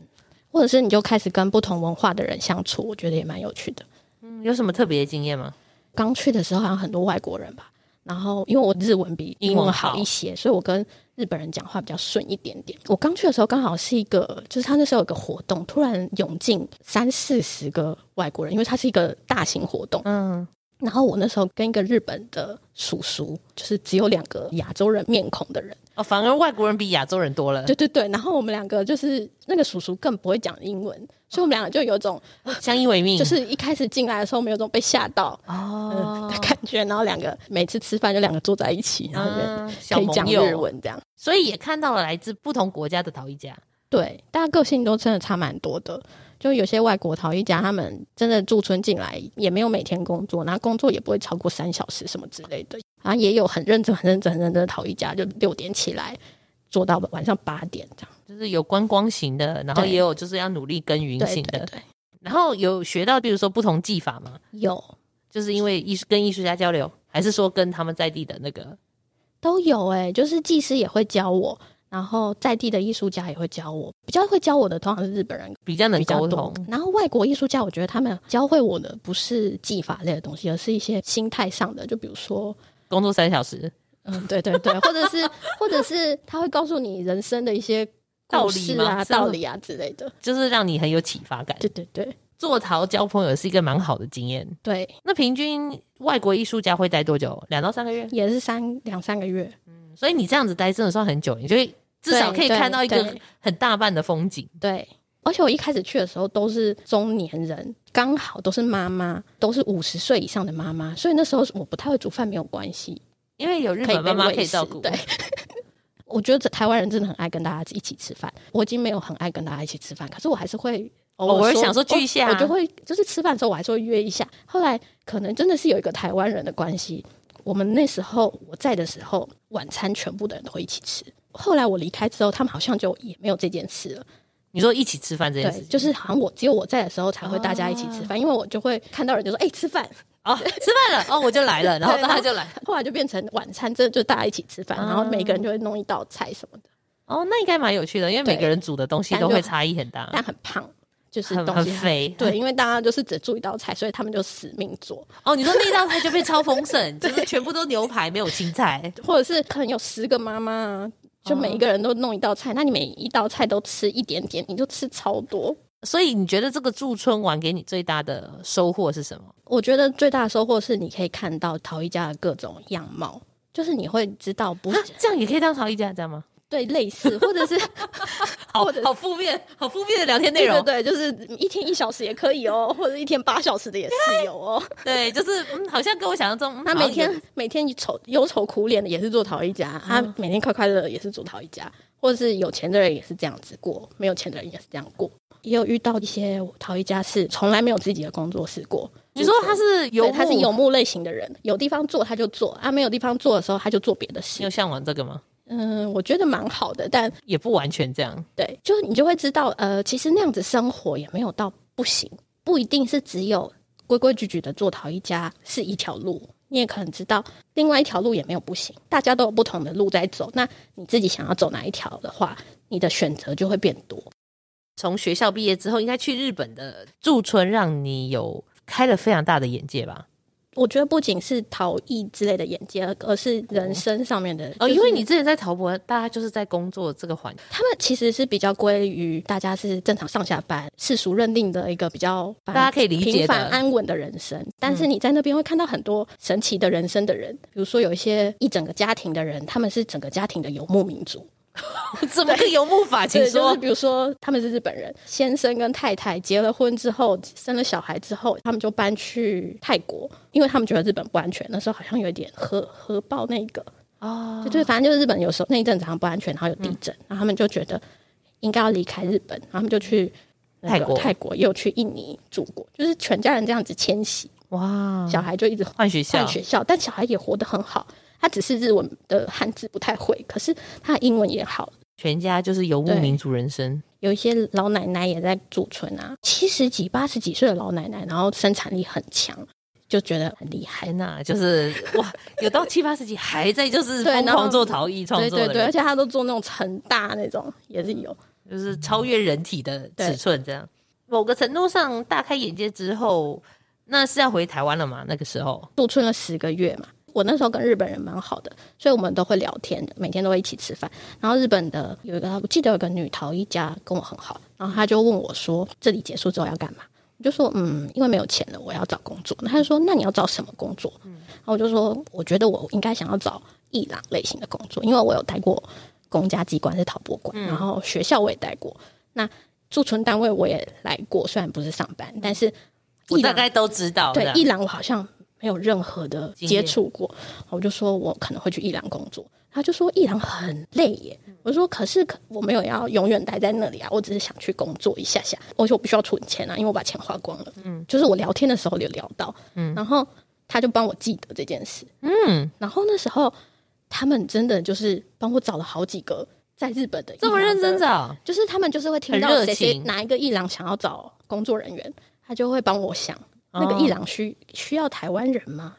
Speaker 1: 或者是你就开始跟不同文化的人相处，我觉得也蛮有趣的。
Speaker 2: 嗯，有什么特别的经验吗？
Speaker 1: 刚去的时候好像很多外国人吧，然后因为我日文比英文好一些，所以我跟日本人讲话比较顺一点点。我刚去的时候刚好是一个，就是他那时候有个活动，突然涌进三四十个外国人，因为它是一个大型活动。
Speaker 2: 嗯，
Speaker 1: 然后我那时候跟一个日本的叔叔，就是只有两个亚洲人面孔的人，
Speaker 2: 哦，反而外国人比亚洲人多了。
Speaker 1: 对对对。然后我们两个就是那个叔叔更不会讲英文，所以我们两个就有种，
Speaker 2: 相依为命，
Speaker 1: 就是一开始进来的时候，我们有种被吓到，嗯
Speaker 2: 哦
Speaker 1: 的，感觉，然后两个每次吃饭就两个坐在一起，然后就
Speaker 2: 嗯
Speaker 1: 可
Speaker 2: 小
Speaker 1: 以讲
Speaker 2: 盟
Speaker 1: 日
Speaker 2: 友，
Speaker 1: 文这样。
Speaker 2: 所以也看到了来自不同国家的陶艺家。
Speaker 1: 对，大家个性都真的差蛮多的。就有些外国陶艺家，他们真的驻村进来也没有每天工作，然后工作也不会超过三小时什么之类的。然后也有很认真、很认真、很认真的陶艺家，就六点起来做到晚上八点这样。
Speaker 2: 就是有观光型的，然后
Speaker 1: 对
Speaker 2: 也有就是要努力耕耘
Speaker 1: 对
Speaker 2: 型的，
Speaker 1: 对对，
Speaker 2: 然后有学到，比如说不同技法嘛，
Speaker 1: 有
Speaker 2: 就是因为艺术跟艺术家交流，还是说跟他们在地的那个
Speaker 1: 都有哎、就是技师也会教我，然后在地的艺术家也会教我。比较会教我的通常是日本人
Speaker 2: 比较能
Speaker 1: 比较
Speaker 2: 沟
Speaker 1: 多
Speaker 2: 通，。
Speaker 1: 然后外国艺术家，我觉得他们教会我的不是技法类的东西，而是一些心态上的，就比如说。
Speaker 2: 工作三小时，
Speaker 1: 嗯，对对对，或者是或者是他会告诉你人生的一些
Speaker 2: 道
Speaker 1: 故
Speaker 2: 理
Speaker 1: 事
Speaker 2: 吗
Speaker 1: 啊、
Speaker 2: 是吗
Speaker 1: 道理啊之类的。
Speaker 2: 就是让你很有启发感。
Speaker 1: 对对对
Speaker 2: 做陶交朋友是一个蛮好的经验。
Speaker 1: 对，
Speaker 2: 那平均外国艺术家会待多久？两到三个月。
Speaker 1: 也是三两三个月。
Speaker 2: 所以你这样子待真的算很久，你就会至少可
Speaker 1: 对
Speaker 2: 以
Speaker 1: 对
Speaker 2: 看到一个
Speaker 1: 对
Speaker 2: 很大半的风景。
Speaker 1: 对，而且我一开始去的时候都是中年人，刚好都是妈妈，都是五十岁以上的妈妈，所以那时候我不太会煮饭，没有关系，
Speaker 2: 因为有日
Speaker 1: 可以
Speaker 2: 本妈
Speaker 1: 被
Speaker 2: 妈
Speaker 1: 喂
Speaker 2: 可以
Speaker 1: 食
Speaker 2: 照顾，
Speaker 1: 对。 *laughs* 我觉得这台湾人真的很爱跟大家一起吃饭，我已经没有很爱跟大家一起吃饭，可是我还是会
Speaker 2: 偶尔
Speaker 1: 说哦
Speaker 2: 想说聚一下啊
Speaker 1: 我，我就会就是吃饭的时候我还是会约一下。后来可能真的是有一个台湾人的关系，我们那时候我在的时候，晚餐全部的人都会一起吃。后来我离开之后，他们好像就也没有这件事了。
Speaker 2: 你说一起吃饭这件事
Speaker 1: 对，
Speaker 2: 情，
Speaker 1: 就是好像我只有我在的时候才会大家一起吃饭，因为我就会看到人就说：“哎、吃饭。
Speaker 2: 哦，吃饭了，哦，我就来了，然后
Speaker 1: 对
Speaker 2: 大家就来。”
Speaker 1: 后来就变成晚餐，真的就大家一起吃饭，然后每个人就会弄一道菜什么的。
Speaker 2: 哦，那应该蛮有趣的，因为每
Speaker 1: 对
Speaker 2: 个人煮的东西
Speaker 1: 但
Speaker 2: 都
Speaker 1: 就
Speaker 2: 会
Speaker 1: 很
Speaker 2: 差异很大，
Speaker 1: 但很胖，就是
Speaker 2: 很
Speaker 1: 东
Speaker 2: 很
Speaker 1: 西
Speaker 2: 肥。
Speaker 1: 对，因为大家就是只注一道菜，所以他们就死命做，
Speaker 2: 哦，你说那道菜就变超丰盛，就是全部都牛排，没有青菜。
Speaker 1: 或者是可能有十个妈妈啊，就每一
Speaker 2: 哦
Speaker 1: 个人都弄一道菜，那你每一道菜都吃一点点，你就吃超多。
Speaker 2: 所以你觉得这个驻村玩给你最大的收获是什么？
Speaker 1: 我觉得最大的收获是你可以看到陶艺家的各种样貌，就是你会知道不
Speaker 2: 啊，这样也可以当陶艺家，这样吗？
Speaker 1: 对类似，或者是
Speaker 2: *laughs* 好
Speaker 1: 或者
Speaker 2: 好负面，好负面的聊天内容。
Speaker 1: 对对对，就是一天一小时也可以哦， *laughs* 或者一天八小时的也是有
Speaker 2: *laughs*
Speaker 1: 哦。
Speaker 2: 对，就是嗯，好像跟我想象中，嗯
Speaker 1: 他
Speaker 2: 好像嗯
Speaker 1: 每
Speaker 2: 有
Speaker 1: 天每天愁忧愁苦脸的也是做陶艺家，他每天快快乐乐也是做陶艺家，或者是有钱的人也是这样子过，没有钱的人也是这样过。也有遇到一些陶艺家是从来没有自己的工作室过，
Speaker 2: 你说他是游
Speaker 1: 对，
Speaker 2: 牧，
Speaker 1: 他是游牧类型的人，有地方做他就做，啊，没有地方做的时候他就做别的
Speaker 2: 你
Speaker 1: 事
Speaker 2: 有。向往这个吗？
Speaker 1: 嗯，我觉得蛮好的，但
Speaker 2: 也不完全这样。
Speaker 1: 对，就是你就会知道，呃，其实那样子生活也没有到不行，不一定是只有规规矩矩的做陶艺家是一条路，你也可能知道另外一条路也没有不行，大家都有不同的路在走，那你自己想要走哪一条的话，你的选择就会变多。
Speaker 2: 从学校毕业之后，应该去日本的驻村，让你有开了非常大的眼界吧？
Speaker 1: 我觉得不仅是陶艺之类的眼界，而而是人生上面的就
Speaker 2: 哦，
Speaker 1: 是
Speaker 2: 因为你之前在陶博，大家就是在工作这个环境，
Speaker 1: 他们其实是比较归于大家是正常上下班世俗认定的一个比较
Speaker 2: 大家可以理解
Speaker 1: 平凡
Speaker 2: 的。
Speaker 1: 安稳的人生，但是你在那边会看到很多神奇的人生的人，比如说有一些一整个家庭的人，他们是整个家庭的游牧民族，
Speaker 2: 哦怎么个游牧法？请
Speaker 1: 对，就
Speaker 2: 说
Speaker 1: 是。比如说他们是日本人，先生跟太太结了婚之后，生了小孩之后，他们就搬去泰国，因为他们觉得日本不安全，那时候好像有一点核核爆那个，
Speaker 2: 哦，
Speaker 1: 就对，反正就是日本有时候那一阵子好像不安全，然后有地震，然后他们就觉得应该要离开日本，然后他们就去那个
Speaker 2: 泰国
Speaker 1: 泰国也有去印尼住过，就是全家人这样子迁徙，
Speaker 2: 哇，
Speaker 1: 小孩就一直
Speaker 2: 换学校
Speaker 1: 换，学校，但小孩也活得很好。他只是日文的汉字不太会，可是他英文也好。
Speaker 2: 全家就是游牧
Speaker 1: 对
Speaker 2: 民族人生。
Speaker 1: 有一些老奶奶也在驻村啊，七十几、八十几岁的老奶奶，然后生产力很强，就觉得很厉害
Speaker 2: 天。呐，就是哇，有到七八十几还在就是
Speaker 1: 对
Speaker 2: 疯
Speaker 1: 然后
Speaker 2: 狂做陶艺创
Speaker 1: 对
Speaker 2: 作
Speaker 1: 对
Speaker 2: 的
Speaker 1: 对，而
Speaker 2: 人，
Speaker 1: 且他都做那种很大那种，也是有。
Speaker 2: 就是超越人体的
Speaker 1: 对
Speaker 2: 尺寸这样。某个程度上大开眼界之后，那是要回台湾了嘛？那个时候，
Speaker 1: 驻村了十个月嘛。我那时候跟日本人蛮好的，所以我们都会聊天，每天都会一起吃饭。然后日本的有一个，我记得有个女陶艺家跟我很好，然后她就问我说：“这里结束之后要干嘛？”我就说：“嗯，因为没有钱了，我要找工作。”那她就说：“那你要找什么工作？”然后我就说：“我觉得我应该想要找艺廊类型的工作，因为我有待过公家机关是陶博馆，然后学校我也待过，那驻村单位我也来过，虽然不是上班，但是
Speaker 2: 我
Speaker 1: 艺
Speaker 2: 大
Speaker 1: 廊
Speaker 2: 概都知道这
Speaker 1: 对
Speaker 2: 样。，
Speaker 1: 伊朗我好像没有任何的
Speaker 2: 经
Speaker 1: 接
Speaker 2: 验
Speaker 1: 触过，我就说我可能会去伊朗工作，他就说伊朗很累耶，我说可是可我没有要永远待在那里啊，我只是想去工作一下下，而且我不需要存钱啊，因为我把钱花光了，嗯，就是我聊天的时候有聊到，嗯，然后他就帮我记得这件事，
Speaker 2: 嗯，
Speaker 1: 然后那时候他们真的就是帮我找了好几个在日本的
Speaker 2: 这么
Speaker 1: 伊朗
Speaker 2: 认
Speaker 1: 的
Speaker 2: 真找，
Speaker 1: 就是他们就是会听
Speaker 2: 很
Speaker 1: 到
Speaker 2: 热
Speaker 1: 谁谁
Speaker 2: 情
Speaker 1: 哪一个伊朗想要找工作人员，他就会帮我想。
Speaker 2: 哦
Speaker 1: 那个伊朗需需要台湾人吗？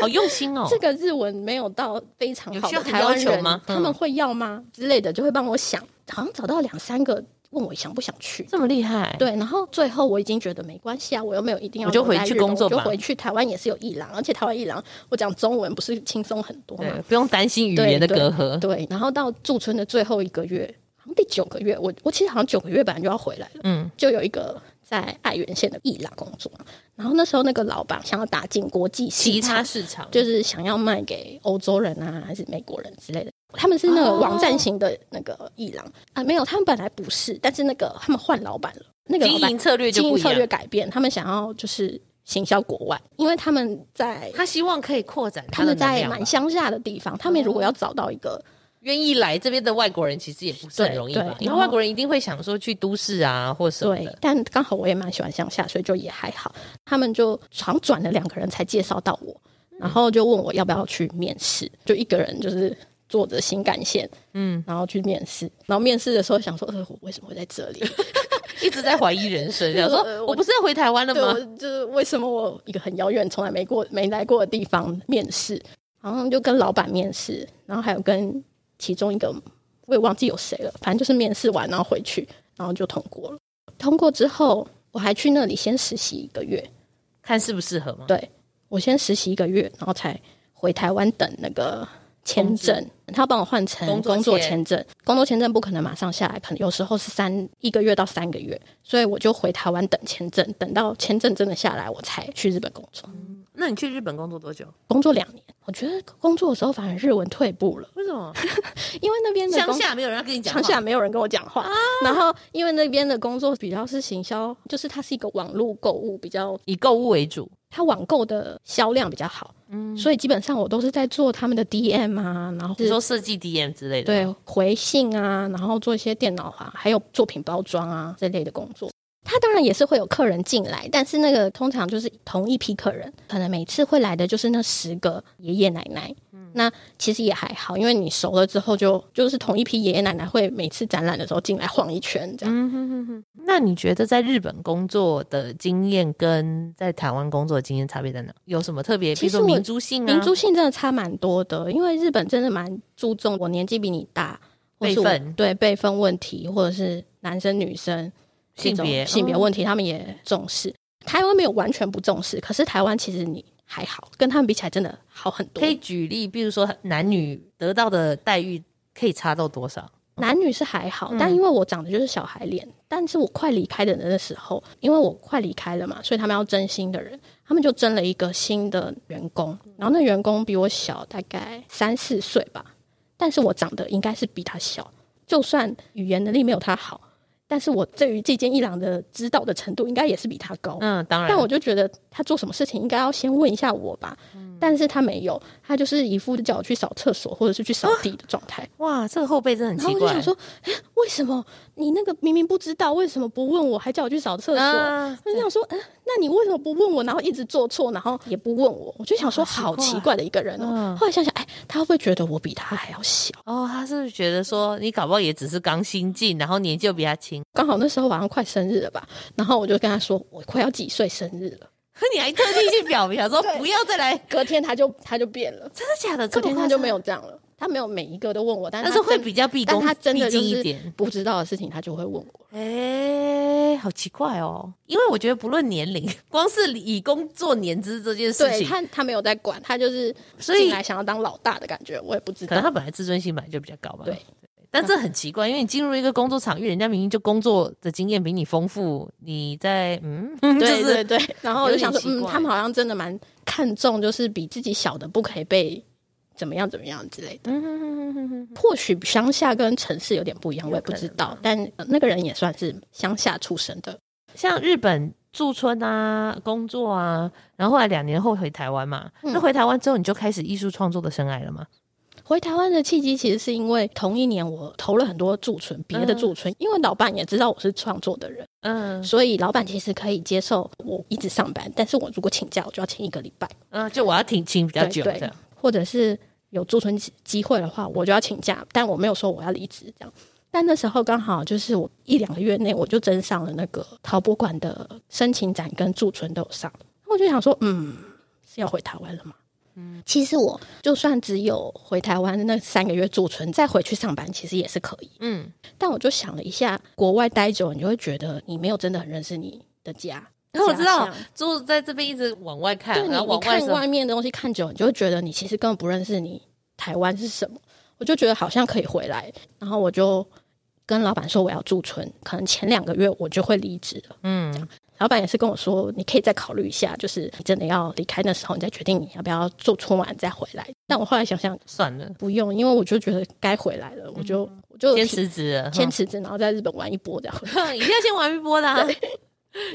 Speaker 2: 好用心哦。
Speaker 1: 这个日文没有到非常好
Speaker 2: 有需要
Speaker 1: 的
Speaker 2: 很
Speaker 1: 台湾
Speaker 2: 要求
Speaker 1: 人
Speaker 2: 吗嗯
Speaker 1: 他们会要吗？之类的，就会帮我想，好像找到两三个问我想不想去。
Speaker 2: 这么厉害，
Speaker 1: 对，然后最后我已经觉得没关系啊，我又没有一定要
Speaker 2: 我就
Speaker 1: 留在
Speaker 2: 回去
Speaker 1: 日本
Speaker 2: 工作
Speaker 1: 我就
Speaker 2: 吧
Speaker 1: 回去台湾也是有一郎，而且台湾一郎我讲中文不是轻松很多嘛，
Speaker 2: 对，不用担心语言的隔阂。
Speaker 1: 对，然后到驻村的最后一个月，好像第九个月，我我其实好像九个月本来就要回来了，
Speaker 2: 嗯，
Speaker 1: 就有一个在爱媛县的伊朗工作，然后那时候那个老板想要打进国际市
Speaker 2: 其他
Speaker 1: 场，
Speaker 2: 市场
Speaker 1: 就是想要卖给欧洲人啊，还是美国人之类的。他们是那个
Speaker 2: 哦
Speaker 1: 网站型的那个伊朗啊，没有，他们本来不是，但是那个他们换老板了，那个
Speaker 2: 经
Speaker 1: 老板
Speaker 2: 营策略就
Speaker 1: 经营
Speaker 2: 不一
Speaker 1: 策略
Speaker 2: 样，
Speaker 1: 改变，他们想要就是行销国外，因为他们在。
Speaker 2: 他希望可以扩展
Speaker 1: 他
Speaker 2: 的
Speaker 1: 们
Speaker 2: 能
Speaker 1: 在
Speaker 2: 量吧哦
Speaker 1: 蛮。乡下的地方，他们如果要找到一个
Speaker 2: 愿意来这边的外国人其实也不是很
Speaker 1: 对
Speaker 2: 容易
Speaker 1: 对
Speaker 2: 吧，因
Speaker 1: 然
Speaker 2: 为
Speaker 1: 后
Speaker 2: 外国人一定会想说去都市啊或什么
Speaker 1: 对
Speaker 2: 的，。
Speaker 1: 但刚好我也蛮喜欢乡下，所以就也还好。他们就好像转了两个人才介绍到我，
Speaker 2: 嗯
Speaker 1: 然后就问我要不要去面试，就一个人就是坐着新干线，
Speaker 2: 嗯，
Speaker 1: 然后去面试。然后面试的时候想说，呃，我为什么会在这里？ *laughs*
Speaker 2: 一直在怀疑人生，想说
Speaker 1: 呃
Speaker 2: 我
Speaker 1: 我
Speaker 2: 不是要回台湾了
Speaker 1: 对，
Speaker 2: *laughs* 吗
Speaker 1: 我？就是为什么我一个很遥远、从来没过、没来过的地方面试，然后就跟老板面试，然后还有跟其中一个我也忘记有谁了，反正就是面试完然后回去，然后就通过了。通过之后，我还去那里先实习一个月。
Speaker 2: 看适不适合嘛。
Speaker 1: 对我先实习一个月，然后才回台湾等那个签证。他帮我换成
Speaker 2: 工作
Speaker 1: 工作
Speaker 2: 签
Speaker 1: 签证，工作签证不可能马上下来，可能有时候是三一个月到三个月，所以我就回台湾等签证，等到签证真的下来，我才去日本工作。
Speaker 2: 那你去日本工作多久？
Speaker 1: 工作两年，我觉得工作的时候反而日文退步了，
Speaker 2: 为什么
Speaker 1: 因为那边的
Speaker 2: 乡
Speaker 1: 工
Speaker 2: 下没有人要跟你讲话？啊
Speaker 1: 乡下没有人跟我讲话，然后因为那边的工作比较是行销，就是它是一个网络购物比较
Speaker 2: 以购物为主，
Speaker 1: 它网购的销量比较好，
Speaker 2: 嗯
Speaker 1: 嗯，所以基本上我都是在做他们的 DM 啊，然后
Speaker 2: 比如说设计 DM 之类的。
Speaker 1: 对，回信啊，然后做一些电脑啊，还有作品包装啊这类的工作。它当然也是会有客人进来，但是那个通常就是同一批客人，可能每次会来的就是那十个爷爷奶奶。那其实也还好，因为你熟了之后就就是同一批爷爷奶奶会每次展览的时候进来晃一圈这样。
Speaker 2: 嗯哼哼哼。那你觉得在日本工作的经验跟在台湾工作的经验差别在哪？有什么特别？比
Speaker 1: 其
Speaker 2: 如
Speaker 1: 实
Speaker 2: 说
Speaker 1: 我
Speaker 2: 民族性啊，
Speaker 1: 民族性真的差蛮多的，因为日本真的蛮注重我年纪比你大，或是我
Speaker 2: 辈分
Speaker 1: 对辈分问题，或者是男生女生这
Speaker 2: 性
Speaker 1: 种
Speaker 2: 别
Speaker 1: 性别
Speaker 2: 嗯
Speaker 1: 问题，他们也重视。台湾没有完全不重视，可是台湾其实你还好，跟他们比起来真的好很多
Speaker 2: 可。以举例，比如说男女得到的待遇可以差到多少？
Speaker 1: 男女是还好，
Speaker 2: 嗯
Speaker 1: 但因为我长得就是小孩脸，但是我快离开的那时候，因为我快离开了嘛，所以他们要征新的人，他们就征了一个新的员工，然后那员工比我小大概三四岁吧，但是我长得应该是比他小，就算语言能力没有他好，但是我对于这间一郎的指导的程度应该也是比他高，
Speaker 2: 嗯，当然。
Speaker 1: 但我就觉得他做什么事情应该要先问一下我吧，
Speaker 2: 嗯
Speaker 1: 但是他没有，他就是一副叫我去扫厕所或者是去扫地的状态。
Speaker 2: 哇，这个后辈真的很
Speaker 1: 然后
Speaker 2: 奇
Speaker 1: 我就
Speaker 2: 怪。
Speaker 1: 想说，哎为什么你那个明明不知道，为什么不问我，还叫我去扫厕所？
Speaker 2: 啊，
Speaker 1: 我就想说，嗯、那你为什么不问我，然后一直做错，然后也不问我？我就想说，
Speaker 2: 好
Speaker 1: 好
Speaker 2: 奇怪
Speaker 1: 奇怪的一个人哦、
Speaker 2: 嗯
Speaker 1: 后来想想，哎，他会不会觉得我比他还要小？
Speaker 2: 哦，他是不是觉得说你搞不好也只是刚新进，然后年纪又比他轻，
Speaker 1: 刚好那时候好像快生日了吧，然后我就跟他说，我快要几岁生日了。
Speaker 2: *laughs* 你还特地去表
Speaker 1: *laughs*
Speaker 2: 明想说不要再来，
Speaker 1: 隔天他就他就变了，
Speaker 2: 真的假的？
Speaker 1: 隔
Speaker 2: 这么
Speaker 1: 天
Speaker 2: 夸
Speaker 1: 他就
Speaker 2: 张
Speaker 1: 没，有这样了，他没有每一个都问我，但
Speaker 2: 但
Speaker 1: 是
Speaker 2: 是
Speaker 1: 他
Speaker 2: 会
Speaker 1: 真
Speaker 2: 比较毕
Speaker 1: 但
Speaker 2: 恭，
Speaker 1: 他真的
Speaker 2: 毕
Speaker 1: 就
Speaker 2: 竟一点
Speaker 1: 是。不知道的事情，他就会问我。
Speaker 2: 哎、好奇怪哦！因为我觉得不论年龄， *laughs* 光是以工作年资这件事
Speaker 1: 对
Speaker 2: 情，
Speaker 1: 他，他没有在管，他就是
Speaker 2: 所以
Speaker 1: 进来想要当老大的感觉，我也不知
Speaker 2: 可
Speaker 1: 道
Speaker 2: 能。他本来自尊心本来就比较高吧。
Speaker 1: 对，
Speaker 2: 但这很奇怪，因为你进入一个工作场域，人家明明就工作的经验比你丰富，你在嗯，
Speaker 1: *laughs* 对
Speaker 2: 就是
Speaker 1: 对对，然后我就想说，
Speaker 2: 有点
Speaker 1: 嗯，
Speaker 2: 奇怪
Speaker 1: 他们好像真的蛮看重，就是比自己小的不可以被怎么样怎么样之类
Speaker 2: 嗯
Speaker 1: 的。或许乡下跟城市有点不一样，我也不知道。但呃那个人也算是乡下出生的，
Speaker 2: 像日本驻村啊、工作啊，然后后来两年后回台湾嘛，
Speaker 1: 嗯
Speaker 2: 那回台湾之后你就开始艺术创作的生涯了嘛？
Speaker 1: 回台湾的契机其实是因为同一年我投了很多驻村，别的驻村，因为老板也知道我是创作的人，
Speaker 2: 嗯
Speaker 1: 所以老板其实可以接受我一直上班，但是我如果请假，我就要请一个礼拜，
Speaker 2: 嗯，就我要停请比较久
Speaker 1: 对对
Speaker 2: 这样。
Speaker 1: 或者是有驻村机机会的话，我就要请假，但我没有说我要离职这样。但那时候刚好就是我一两个月内我就真上了那个陶博馆的申请展跟驻村都有上，我就想说，嗯，是要回台湾了吗？其实我就算只有回台湾那三个月驻村，再回去上班，其实也是可以。
Speaker 2: 嗯，
Speaker 1: 但我就想了一下，国外待久，了，你就会觉得你没有真的很认识你的家。
Speaker 2: 因为哦我知道
Speaker 1: 家乡
Speaker 2: 住在这边一直往外看
Speaker 1: 对，你
Speaker 2: 然后
Speaker 1: 你
Speaker 2: 往外
Speaker 1: 看
Speaker 2: 什么
Speaker 1: 外面的东西看久，了，你就会觉得你其实根本不认识你台湾是什么。我就觉得好像可以回来，然后我就跟老板说我要驻村，可能前两个月我就会离职了。
Speaker 2: 嗯
Speaker 1: 老板也是跟我说，你可以再考虑一下，就是你真的要离开的时候，你再决定你要不要驻村完再回来。但我后来想想，
Speaker 2: 算了，
Speaker 1: 不用，因为我就觉得该回来了，我就我就
Speaker 2: 先
Speaker 1: 提
Speaker 2: 辞职了，
Speaker 1: 先辞职，然后在日本玩一波这
Speaker 2: *laughs*
Speaker 1: 样。
Speaker 2: 哼
Speaker 1: *laughs*
Speaker 2: 一定要先玩一波的、啊， *laughs*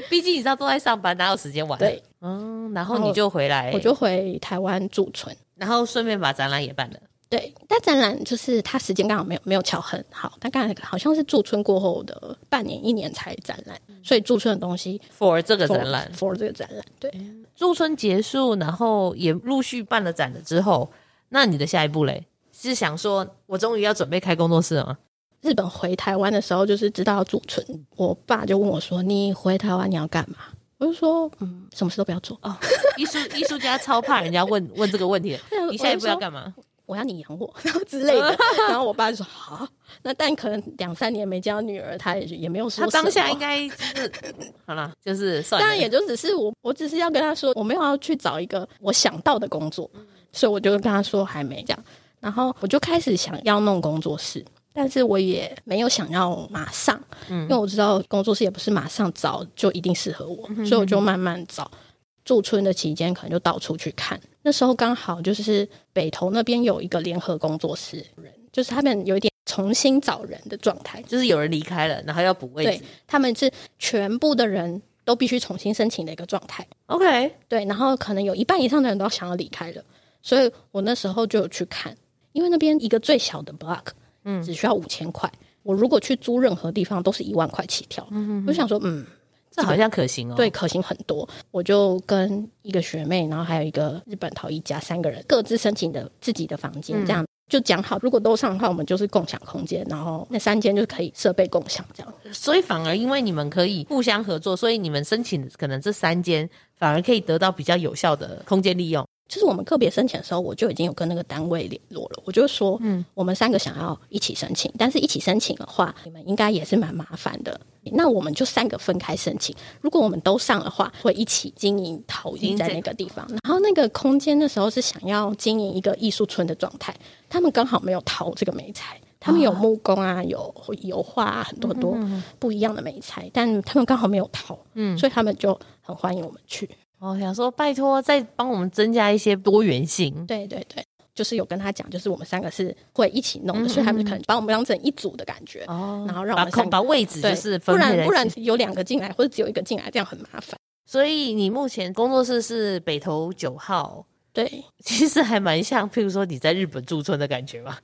Speaker 2: 毕竟你知道都在上班，哪有时间玩？
Speaker 1: 对，
Speaker 2: 嗯，然后
Speaker 1: 然后
Speaker 2: 你就回来，
Speaker 1: 我就回台湾驻村。
Speaker 2: 然后顺便把展览也办了。
Speaker 1: 对，但展览就是它时间刚好没有没有巧很好，大概好像是驻村过后的半年一年才展览，所以驻村的东西
Speaker 2: for 嗯这个
Speaker 1: for-
Speaker 2: 展览，
Speaker 1: for 这个展览，对，
Speaker 2: 驻村结束，然后也陆续办了展了之后，那你的下一步嘞？是想说我终于要准备开工作
Speaker 1: *laughs*
Speaker 2: 室了吗？
Speaker 1: 日本回台湾的时候，就是知道驻村，我爸就问我说：“你回台湾你要干嘛？”我就说：“嗯，什么事都不要做，
Speaker 2: 哦，艺术艺术家超怕人家问问这个问题的，
Speaker 1: 对
Speaker 2: 你下一步要
Speaker 1: *laughs* 我就说
Speaker 2: 干嘛？
Speaker 1: 我要你养我，然后之类
Speaker 2: *laughs*
Speaker 1: 的。”然后我爸就说：“好。”那但可能两三年没见到女儿，他也也没有说
Speaker 2: 他当下
Speaker 1: 什么
Speaker 2: 应该就是 *laughs* 好啦，就是算了。
Speaker 1: 当然也就只是我，我只是要跟他说，我没有要去找一个我想到的工作，所以我就跟他说还没这样。然后我就开始想要弄工作室，但是我也没有想要马上，因为我知道工作室也不是马上找就一定适合我，所以我就慢慢找。驻村的期间，可能就到处去看。那时候刚好就是北投那边有一个联合工作室，就是他们有一点重新找人的状态，
Speaker 2: 就是有人离开了，然后要补位
Speaker 1: 对
Speaker 2: 置。
Speaker 1: 他们是全部的人都必须重新申请的一个状态。
Speaker 2: OK，
Speaker 1: 对，然后可能有一半以上的人都想要离开了，所以我那时候就有去看，因为那边一个最小的 block，嗯，只需要五千块，我如果去租任何地方都是一万块起跳，嗯，我就想说，嗯，
Speaker 2: 这好像可行哦。
Speaker 1: 对，，可行很多，我就跟一个学妹，然后还有一个日本陶艺家，三个人各自申请的自己的房间，这样。就讲好，如果都上的话，我们就是共享空间，然后那三间就可以设备共享这样。
Speaker 2: 所以反而因为你们可以互相合作，所以你们申请可能这三间反而可以得到比较有效的空间利用。
Speaker 1: 就是我们个别申请的时候，我就已经有跟那个单位联络了，我就说，嗯，我们三个想要一起申请，但是一起申请的话，你们应该也是蛮麻烦的。那我们就三个分开申请，如果我们都上的话，会一起经营陶艺在那个地方。然后那个空间那时候是想要经营一个艺术村的状态，他们刚好没有陶这个美材。他们有木工啊，有油画啊，很多很多不一样的美材，但他们刚好没有陶，嗯，所以他们就很欢迎我们去。
Speaker 2: 哦，想说拜托再帮我们增加一些多元性。
Speaker 1: 对对对，就是有跟他讲，就是我们三个是会一起弄的，所以他们可能把我们当成一组的感觉，
Speaker 2: 嗯哦，
Speaker 1: 然后让我
Speaker 2: 把
Speaker 1: 们三
Speaker 2: 空
Speaker 1: 个
Speaker 2: 把位置
Speaker 1: 对，
Speaker 2: 就是
Speaker 1: 不
Speaker 2: 分配
Speaker 1: 然
Speaker 2: 在
Speaker 1: 不然
Speaker 2: 一起
Speaker 1: 有两个进来或者只有一个进来，这样很麻烦。
Speaker 2: 所以你目前工作室是北投九号，
Speaker 1: 对，
Speaker 2: 其实还蛮像，譬如说你在日本驻村的感觉吧？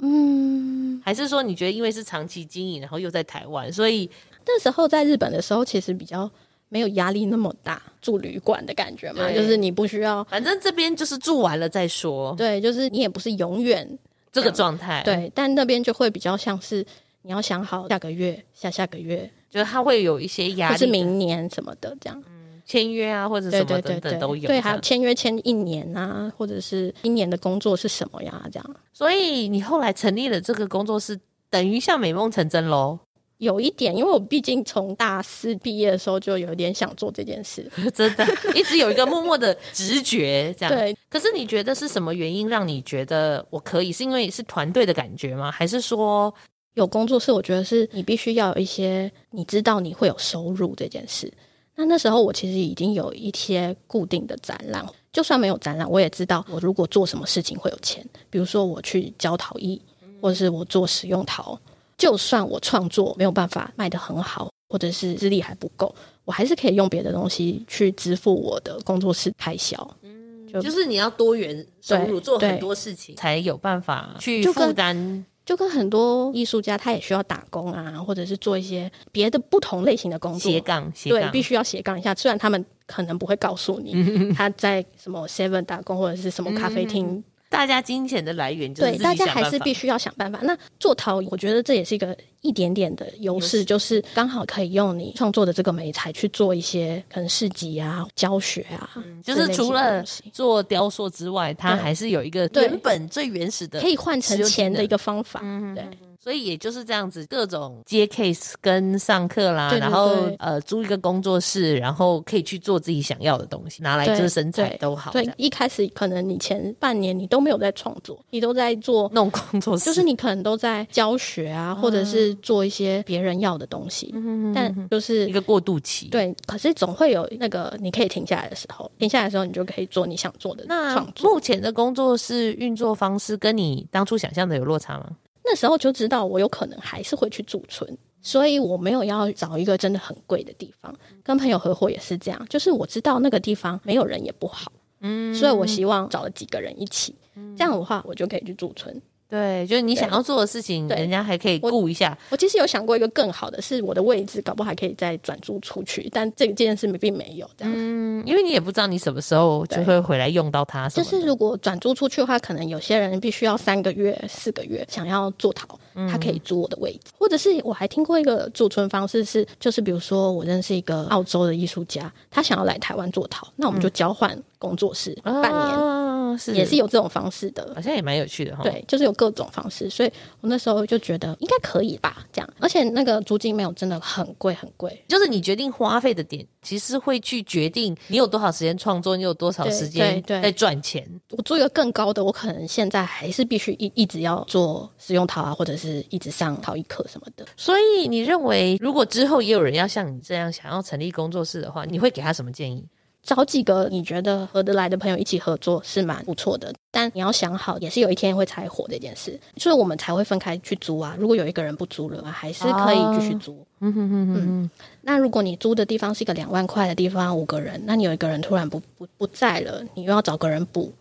Speaker 1: 嗯，
Speaker 2: 还是说你觉得因为是长期经营，然后又在台湾，所以
Speaker 1: 那时候在日本的时候，其实比较没有压力那么大，住旅馆的感觉嘛，
Speaker 2: 对
Speaker 1: 就是你不需要。
Speaker 2: 反正这边就是住完了再说
Speaker 1: 对，就是你也不是永远
Speaker 2: 这个状态。，
Speaker 1: 对，但那边就会比较像是你要想好下个月、下下个月，
Speaker 2: 就是它会有一些压
Speaker 1: 或是
Speaker 2: 力，
Speaker 1: 明年什么的这样。
Speaker 2: 签约啊或者
Speaker 1: 对
Speaker 2: 什
Speaker 1: 对
Speaker 2: 么
Speaker 1: 对
Speaker 2: 等
Speaker 1: 对，
Speaker 2: 等都有。
Speaker 1: 对，
Speaker 2: 这
Speaker 1: 还
Speaker 2: 样
Speaker 1: 有签约签一年啊，或者是今年的工作是什么呀？这样
Speaker 2: 所以你后来成立了这个工作室，等于像美梦成真喽，
Speaker 1: 有一点，因为我毕竟从大四毕业的时候就有点想做这件事。
Speaker 2: *laughs* 真的，一直有一个默默的直觉这样。
Speaker 1: 对，
Speaker 2: 可是你觉得是什么原因让你觉得我可以？是因为是团队的感觉吗？还是说，
Speaker 1: 有工作室，我觉得是你必须要有一些你知道你会有收入这件事。那那时候我其实已经有一些固定的展览，就算没有展览，我也知道我如果做什么事情会有钱。比如说我去教陶艺，或者是我做实用陶，就算我创作没有办法卖得很好，或者是资历还不够，我还是可以用别的东西去支付我的工作室开销。就
Speaker 2: 就是你要多元收入，
Speaker 1: 嗯对
Speaker 2: 做很
Speaker 1: 对
Speaker 2: 多事情才有办法去
Speaker 1: 就跟
Speaker 2: 负担？
Speaker 1: 就跟很多艺术家他也需要打工啊，或者是做一些别的不同类型的工作，
Speaker 2: 斜杠，斜
Speaker 1: 对，
Speaker 2: 杠，
Speaker 1: 必须要斜杠一下。虽
Speaker 2: *laughs* 嗯
Speaker 1: 然他们可能不会告诉你他在什么 Seven 打工或者是什么咖啡厅
Speaker 2: 大家金钱的来源就
Speaker 1: 对，
Speaker 2: 是自己
Speaker 1: 大家
Speaker 2: 想
Speaker 1: 还
Speaker 2: 办
Speaker 1: 是
Speaker 2: 法
Speaker 1: 必须要想办法。那做陶，我觉得这也是一个一点点的优
Speaker 2: 优
Speaker 1: 势，就是刚好可以用你创作的这个美材去做一些可能市集啊、教学啊，
Speaker 2: 嗯就
Speaker 1: 这
Speaker 2: 是
Speaker 1: 类
Speaker 2: 除
Speaker 1: 型的
Speaker 2: 了
Speaker 1: 东西
Speaker 2: 做雕塑之外，它
Speaker 1: 对
Speaker 2: 还是有一个
Speaker 1: 对
Speaker 2: 原本最原始的
Speaker 1: 可。以换成
Speaker 2: 实用性
Speaker 1: 钱
Speaker 2: 的
Speaker 1: 的一个方法。
Speaker 2: 嗯
Speaker 1: 对，
Speaker 2: 所以也就是这样子，各种接 case 跟上课啦，
Speaker 1: 对对
Speaker 2: 然后
Speaker 1: 对
Speaker 2: 呃租一个工作室，然后可以去做自己想要的东西，拿来
Speaker 1: 对
Speaker 2: 就是身材
Speaker 1: 对
Speaker 2: 都好，这
Speaker 1: 对
Speaker 2: 样，
Speaker 1: 一开始可能你前半年你都没有在创作，你都在做。
Speaker 2: 弄工作室
Speaker 1: 就是你可能都在教学啊，或者
Speaker 2: 嗯
Speaker 1: 是做一些别人要的东西，但就是
Speaker 2: 一个过渡期。，
Speaker 1: 对，可是总会有那个你可以停下来的时候，停下来的时候你就可以做你想做的
Speaker 2: 那
Speaker 1: 创作。
Speaker 2: 目前的工作室运作方式跟你当初想象的有落差吗？
Speaker 1: 那时候就知道我有可能还是会去驻村，所以我没有要找一个真的很贵的地方。跟朋友合伙也是这样，就是我知道那个地方没有人也不好，
Speaker 2: 嗯，
Speaker 1: 所以我希望找了几个人一起，这样的话我就可以去驻村。
Speaker 2: 对，就是你
Speaker 1: 对
Speaker 2: 想要做的事情，
Speaker 1: 对
Speaker 2: 人家还可以
Speaker 1: 我
Speaker 2: 顾一下。
Speaker 1: 我其实有想过一个更好的，是我的位置搞不好还可以再转租出去，但这件事并没有这样。
Speaker 2: 嗯，因为你也不知道你什么时候就
Speaker 1: 对
Speaker 2: 会回来用到它什
Speaker 1: 就
Speaker 2: 么的，
Speaker 1: 是如果转租出去的话，可能有些人必须要三个月、四个月想要做陶，他可以
Speaker 2: 嗯
Speaker 1: 租我的位置，或者是我还听过一个驻村方式是，就是比如说我认识一个澳洲的艺术家，他想要来台湾做陶，那我们就交换工作室、半年，
Speaker 2: 嗯啊、是哦
Speaker 1: 也是有这种方式的。
Speaker 2: 好像也蛮有趣的哈。，
Speaker 1: 对，就是有各种方式，所以我那时候就觉得应该可以吧，这样。而且那个租金没有真的很贵，很贵。
Speaker 2: 就是你决定花费的点，其实会去决定你有多少时间创作，你有多少
Speaker 1: 对
Speaker 2: 时间
Speaker 1: 对对
Speaker 2: 在赚钱。
Speaker 1: 我租一个更高的，我可能现在还是必须一一直要做使用陶啊，或者是一直上陶艺课什么的。
Speaker 2: 所以你认为，如果之后也有人要像你这样想要成立工作室的话，你会给他什么建议？
Speaker 1: 找几个你觉得合得来的朋友一起合作是蛮不错的，但你要想好，也是有一天会拆伙的一件事，所以我们才会分开去租啊。如果有一个人不租了，还是可以继续租。
Speaker 2: 嗯哼哼哼哼，
Speaker 1: 那如果你租的地方是一个两万块的地方，五个人，那你有一个人突然不不不在了，你又要找个人补，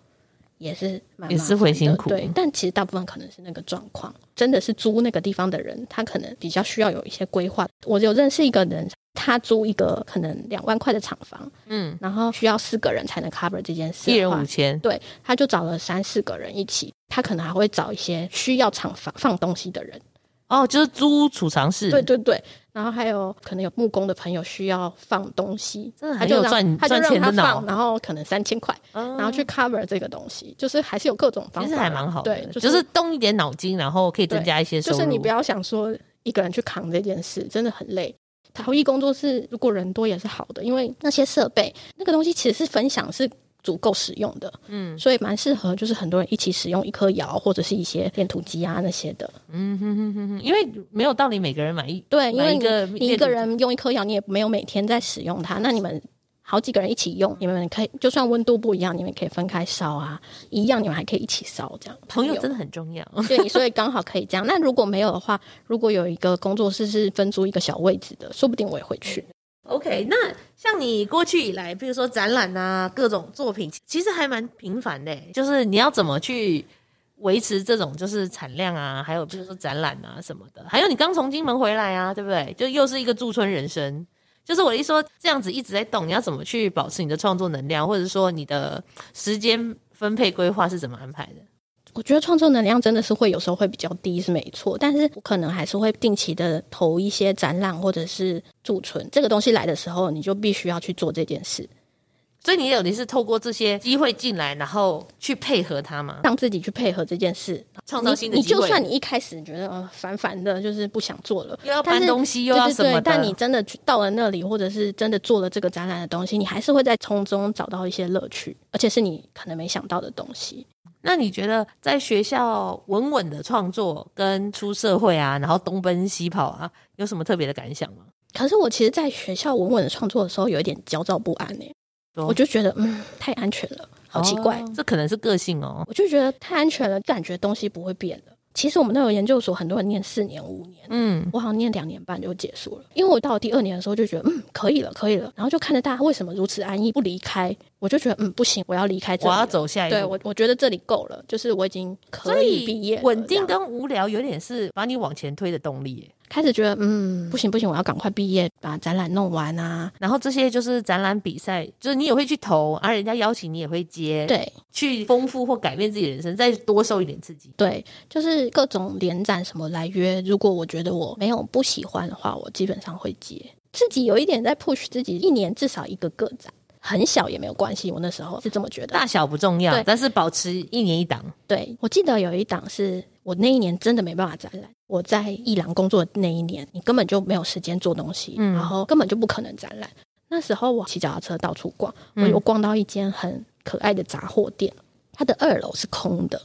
Speaker 1: 也是蛮
Speaker 2: 也
Speaker 1: 麻
Speaker 2: 是
Speaker 1: 烦的
Speaker 2: 会辛苦
Speaker 1: 对，但其实大部分可能是那个状况，真的是租那个地方的人，他可能比较需要有一些规划。我有认识一个人，他租一个可能两万块的厂房，
Speaker 2: 嗯，
Speaker 1: 然后需要四个人才能 cover 这件事，
Speaker 2: 一人五。千，
Speaker 1: 对，他就找了三四个人一起，他可能还会找一些需要厂房放东西的人，
Speaker 2: 哦，就是租储藏室，
Speaker 1: 对对对，然后还有可能有木工的朋友需要放东西，
Speaker 2: 真的
Speaker 1: 他
Speaker 2: 很有
Speaker 1: 就让
Speaker 2: 赚
Speaker 1: 他就
Speaker 2: 赚
Speaker 1: 让
Speaker 2: 钱
Speaker 1: 他
Speaker 2: 的脑
Speaker 1: 放，然后可能三千块，
Speaker 2: 嗯
Speaker 1: 然后去 cover 这个东西，就是还是有各种方
Speaker 2: 其
Speaker 1: 法，
Speaker 2: 实还蛮好的，
Speaker 1: 对，
Speaker 2: 就是、动一点脑筋，然后可以增
Speaker 1: 对
Speaker 2: 加一些收
Speaker 1: 就
Speaker 2: 入。
Speaker 1: 是你不要想说一个人去扛这件事，真的很累。陶艺工作室如果人多也是好的，因为那些设备那个东西其实是分享是足够使用的，嗯，所以蛮适合就是很多人一起使用一颗窑或者是一些练土机啊那些的。
Speaker 2: 嗯，因为没有道理每个人买一
Speaker 1: 对，因
Speaker 2: 买
Speaker 1: 为
Speaker 2: 一
Speaker 1: 你
Speaker 2: 个
Speaker 1: 你一
Speaker 2: 面
Speaker 1: 个
Speaker 2: 子
Speaker 1: 人用一颗药，你也没有每天在使用它。那你们好几个人一起用，你们可以就算温度不一样，你们可以分开烧啊，一样你们还可以一起烧这样。
Speaker 2: 朋友真的很重要。
Speaker 1: 对，所以刚好可以这样。那如果没有的话，如果有一个工作室是分租一个小位置的，说不定我也会去。
Speaker 2: OK，那像你过去以来，比如说展览啊，各种作品，其实还蛮频繁的欸。就是你要怎么去维持这种就是产量啊，还有比如说展览啊什么的，还有你刚从金门回来啊，对不对？就又是一个驻村人生。就是我一说这样子一直在动，你要怎么去保持你的创作能量，或者说你的时间分配规划是怎么安排的？
Speaker 1: 我觉得创作能量真的是会有时候会比较低是没错，但是我可能还是会定期的投一些展览或者是驻存。这个东西来的时候，你就必须要去做这件事。
Speaker 2: 所以你有你是透过这些机会进来，然后去配合它吗？
Speaker 1: 让自己去配合这件事，
Speaker 2: 创造新的
Speaker 1: 你。你
Speaker 2: 机会
Speaker 1: 就算你一开始觉得呃烦烦的，就是不想做了，
Speaker 2: 又要
Speaker 1: 但
Speaker 2: 搬
Speaker 1: 是
Speaker 2: 东西，又要什么
Speaker 1: 对对
Speaker 2: 的？
Speaker 1: 对，但你真的去到了那里，或者是真的做了这个展览的东西，你还是会在从中找到一些乐趣，而且是你可能没想到的东西。
Speaker 2: 那你觉得在学校稳稳的创作跟出社会啊，然后东奔西跑啊，有什么特别的感想吗？
Speaker 1: 可是我其实，在学校稳稳的创作的时候，有一点焦躁不安呢、
Speaker 2: 哦
Speaker 1: 我就觉得嗯，太安全了，好奇怪。
Speaker 2: 哦这可能是个性哦。
Speaker 1: 我就觉得太安全了，感觉东西不会变的。其实我们那个研究所很多人念四年五年，
Speaker 2: 嗯，
Speaker 1: 我好像念两年半就结束了，因为我到第二年的时候就觉得，嗯，可以了，可以了，然后就看着大家为什么如此安逸不离开，我就觉得，嗯，不行，我要离开这
Speaker 2: 我
Speaker 1: 里，
Speaker 2: 要，走下一
Speaker 1: 对
Speaker 2: 步。
Speaker 1: 我我觉得这里够了，就是我已经可
Speaker 2: 所
Speaker 1: 以毕业了，
Speaker 2: 稳定
Speaker 1: 这样
Speaker 2: 跟无聊有点是把你往前推的动力耶。
Speaker 1: 开始觉得嗯不行不行，我要赶快毕业把展览弄完啊。
Speaker 2: 然后这些就是展览比赛，就是你也会去投，而、人家邀请你也会接，，
Speaker 1: 对
Speaker 2: 去丰富或改变自己的人生，再多受一点刺激。
Speaker 1: 对，就是各种联展什么来约，如果我觉得我没有不喜欢的话，我基本上会接。自己有一点在 push 自己，一年至少一个个展，很小也没有关系。我那时候是这么觉得。
Speaker 2: 大小不重要
Speaker 1: 对，
Speaker 2: 但是保持一年一档，
Speaker 1: 对，我记得有一档是我那一年真的没办法展览。我在伊朗工作的那一年，你根本就没有时间做东西，
Speaker 2: 嗯
Speaker 1: 然后根本就不可能展览。那时候我骑脚踏车到处逛，
Speaker 2: 嗯
Speaker 1: 我有逛到一间很可爱的杂货店，它的二楼是空的。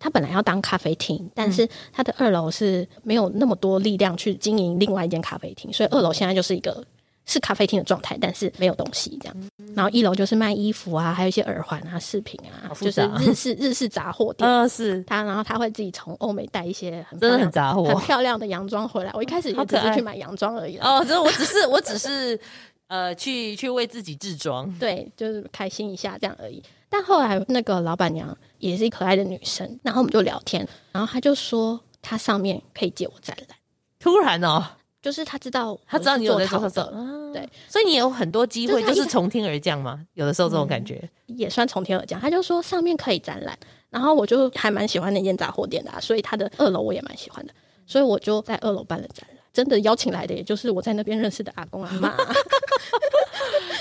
Speaker 1: 它本来要当咖啡厅，
Speaker 2: 嗯
Speaker 1: 但是它的二楼是没有那么多力量去经营另外一间咖啡厅，所以二楼现在就是一个是咖啡厅的状态，但是没有东西这
Speaker 2: 嗯
Speaker 1: 样。然后一楼就是卖衣服啊，还有一些耳环啊、饰品啊
Speaker 2: 好，复
Speaker 1: 就是
Speaker 2: 杂
Speaker 1: 日式日式杂货店。
Speaker 2: 嗯、是
Speaker 1: 他，然后他会自己从欧美带一些很
Speaker 2: 真的很
Speaker 1: 漂
Speaker 2: 杂
Speaker 1: 亮
Speaker 2: 货
Speaker 1: 很漂亮的洋装回来。我一开始
Speaker 2: 好
Speaker 1: 也
Speaker 2: 可
Speaker 1: 只
Speaker 2: 爱
Speaker 1: 是去买洋装而已啦。
Speaker 2: *laughs* 哦，这我只是我只是呃去去为自己置装，
Speaker 1: 对，就是开心一下这样而已。但后来那个老板娘也是一可爱的女生，然后我们就聊天，然后她就说她上面可以借我展览，
Speaker 2: 突然哦，
Speaker 1: 就是她知道
Speaker 2: 他知道你有
Speaker 1: 我
Speaker 2: 在
Speaker 1: 是做
Speaker 2: 做嗯
Speaker 1: 陶
Speaker 2: 手
Speaker 1: 的，，对，
Speaker 2: 所以你有很多机会，
Speaker 1: 就是他
Speaker 2: 就
Speaker 1: 一嗯
Speaker 2: 是
Speaker 1: 开
Speaker 2: 从天而降嘛，有的时候这种感觉，
Speaker 1: 也算从天而降。她就说上面可以展览，然后我就还蛮喜欢那间杂货店的、啊，所以她的二楼我也蛮喜欢的，所以我就在二楼办了展览。真的邀请来的，也就是我在那边认识的阿公阿妈、
Speaker 2: *laughs*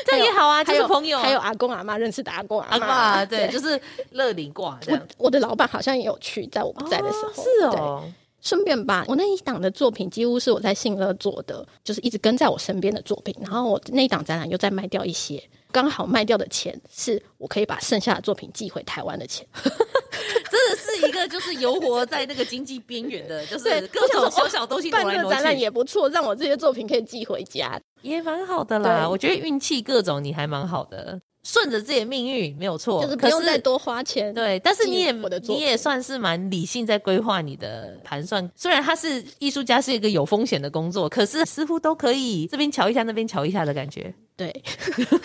Speaker 2: 这样也好啊，就
Speaker 1: 还
Speaker 2: 是
Speaker 1: 有
Speaker 2: 朋友啊，
Speaker 1: 还有阿公阿妈认识的阿公阿
Speaker 2: 阿
Speaker 1: 妈，
Speaker 2: 挂，对，就是乐龄挂这
Speaker 1: 我
Speaker 2: 样。
Speaker 1: 我的老板好像也有去，在我不在的时候，
Speaker 2: 是
Speaker 1: 对，
Speaker 2: 哦，
Speaker 1: 顺便吧，我那一档的作品几乎是我在信乐做的，就是一直跟在我身边的作品，然后我那一档展览又再卖掉一些，刚好卖掉的钱是我可以把剩下的作品寄回台湾的钱，
Speaker 2: 真的是一个就是游活在那个经济边缘的，
Speaker 1: *laughs*
Speaker 2: 就
Speaker 1: 对
Speaker 2: 是各
Speaker 1: 我想
Speaker 2: 种
Speaker 1: 说哦
Speaker 2: 小小东西
Speaker 1: 办
Speaker 2: 挪来
Speaker 1: 这个
Speaker 2: 挪
Speaker 1: 展览
Speaker 2: 去，
Speaker 1: 也不错，让我这些作品可以寄回家。
Speaker 2: 也蛮好的啦。
Speaker 1: 对
Speaker 2: 我觉得运气各种你还蛮好的，顺着自己的命运没有错，
Speaker 1: 就是不
Speaker 2: 可
Speaker 1: 用再多花钱，
Speaker 2: 对，但是你也
Speaker 1: 记我的作
Speaker 2: 你
Speaker 1: 品
Speaker 2: 也算是蛮理性在规划你的盘算，虽然他是艺术家是一个有风险的工作，可是似乎都可以这边瞧一下那边瞧一下的感觉，
Speaker 1: 对，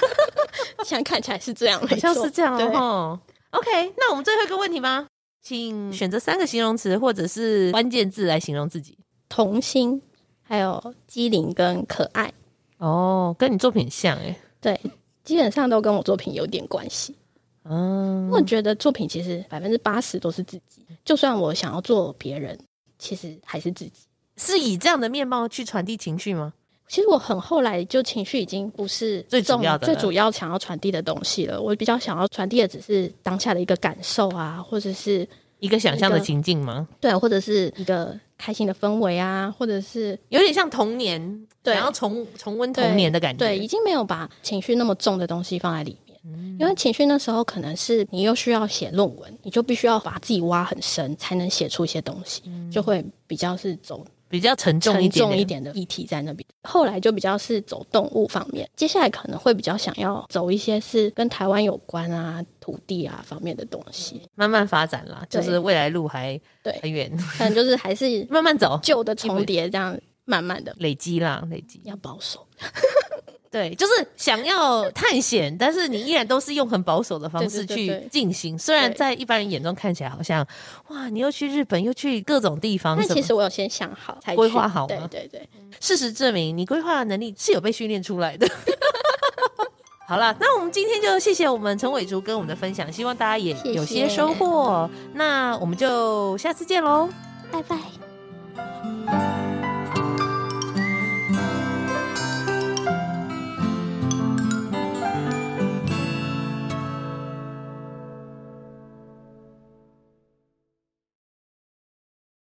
Speaker 1: *laughs* 现在看起来是这样，
Speaker 2: 好像
Speaker 1: 没错
Speaker 2: 是这样
Speaker 1: 对
Speaker 2: 哦。吼 OK，那我们最后一个问题吧，请选择三个形容词或者是关键字来形容自己。
Speaker 1: 童心，还有机灵跟可爱，
Speaker 2: 哦，跟你作品很像哎、
Speaker 1: 对，基本上都跟我作品有点关系。
Speaker 2: 嗯，
Speaker 1: 我觉得作品其实百分之八十都是自己，就算我想要做别人，其实还是自己。
Speaker 2: 是以这样的面貌去传递情绪吗？
Speaker 1: 其实我很后来就情绪已经不是
Speaker 2: 最主
Speaker 1: 重
Speaker 2: 要的了
Speaker 1: 最主要想要传递的东西了。我比较想要传递的只是当下的一个感受啊，或者是
Speaker 2: 一个想象的
Speaker 1: 一个
Speaker 2: 情境吗？
Speaker 1: 对，或者是一个开心的氛围啊，或者是
Speaker 2: 有点像童年，
Speaker 1: 对
Speaker 2: 想要重重温
Speaker 1: 对
Speaker 2: 童年的感觉。
Speaker 1: 对，已经没有把情绪那么重的东西放在里面。
Speaker 2: 嗯
Speaker 1: 因为情绪那时候可能是你又需要写论文，你就必须要把自己挖很深，才能写出一些东西，
Speaker 2: 嗯
Speaker 1: 就会比较是走
Speaker 2: 比较沉重一
Speaker 1: 沉
Speaker 2: 点
Speaker 1: 重
Speaker 2: 点，
Speaker 1: 一点的议题在那边。后来就比较是走动物方面，接下来可能会比较想要走一些是跟台湾有关啊、土地啊方面的东西。
Speaker 2: 慢慢发展啦，就
Speaker 1: 对
Speaker 2: 是未来路还
Speaker 1: 对
Speaker 2: 很远， *laughs*
Speaker 1: 可能就是还是
Speaker 2: 慢慢走，
Speaker 1: 旧的重叠，这样慢慢的
Speaker 2: 累积啦，累积。
Speaker 1: 要保守。
Speaker 2: 对，就是想要探险，但是你依然都是用很保守的方式
Speaker 1: 对对对
Speaker 2: 去
Speaker 1: 对
Speaker 2: 进行。虽然
Speaker 1: 对
Speaker 2: 在一般人眼中看起来好像，哇，你又去日本，又去各种地方
Speaker 1: 但
Speaker 2: 什
Speaker 1: 其
Speaker 2: 么。
Speaker 1: 实我有先想好才去
Speaker 2: 规划好
Speaker 1: 对
Speaker 2: 吗
Speaker 1: 对对，
Speaker 2: 事实证明，你规划的能力是有被训练出来
Speaker 1: *laughs*
Speaker 2: 的。好了，那我们今天就谢谢我们陈伟竹跟我们的分享，希望大家也
Speaker 1: 谢谢
Speaker 2: 有些收获。那我们就下次见喽。
Speaker 1: 拜拜。
Speaker 3: thank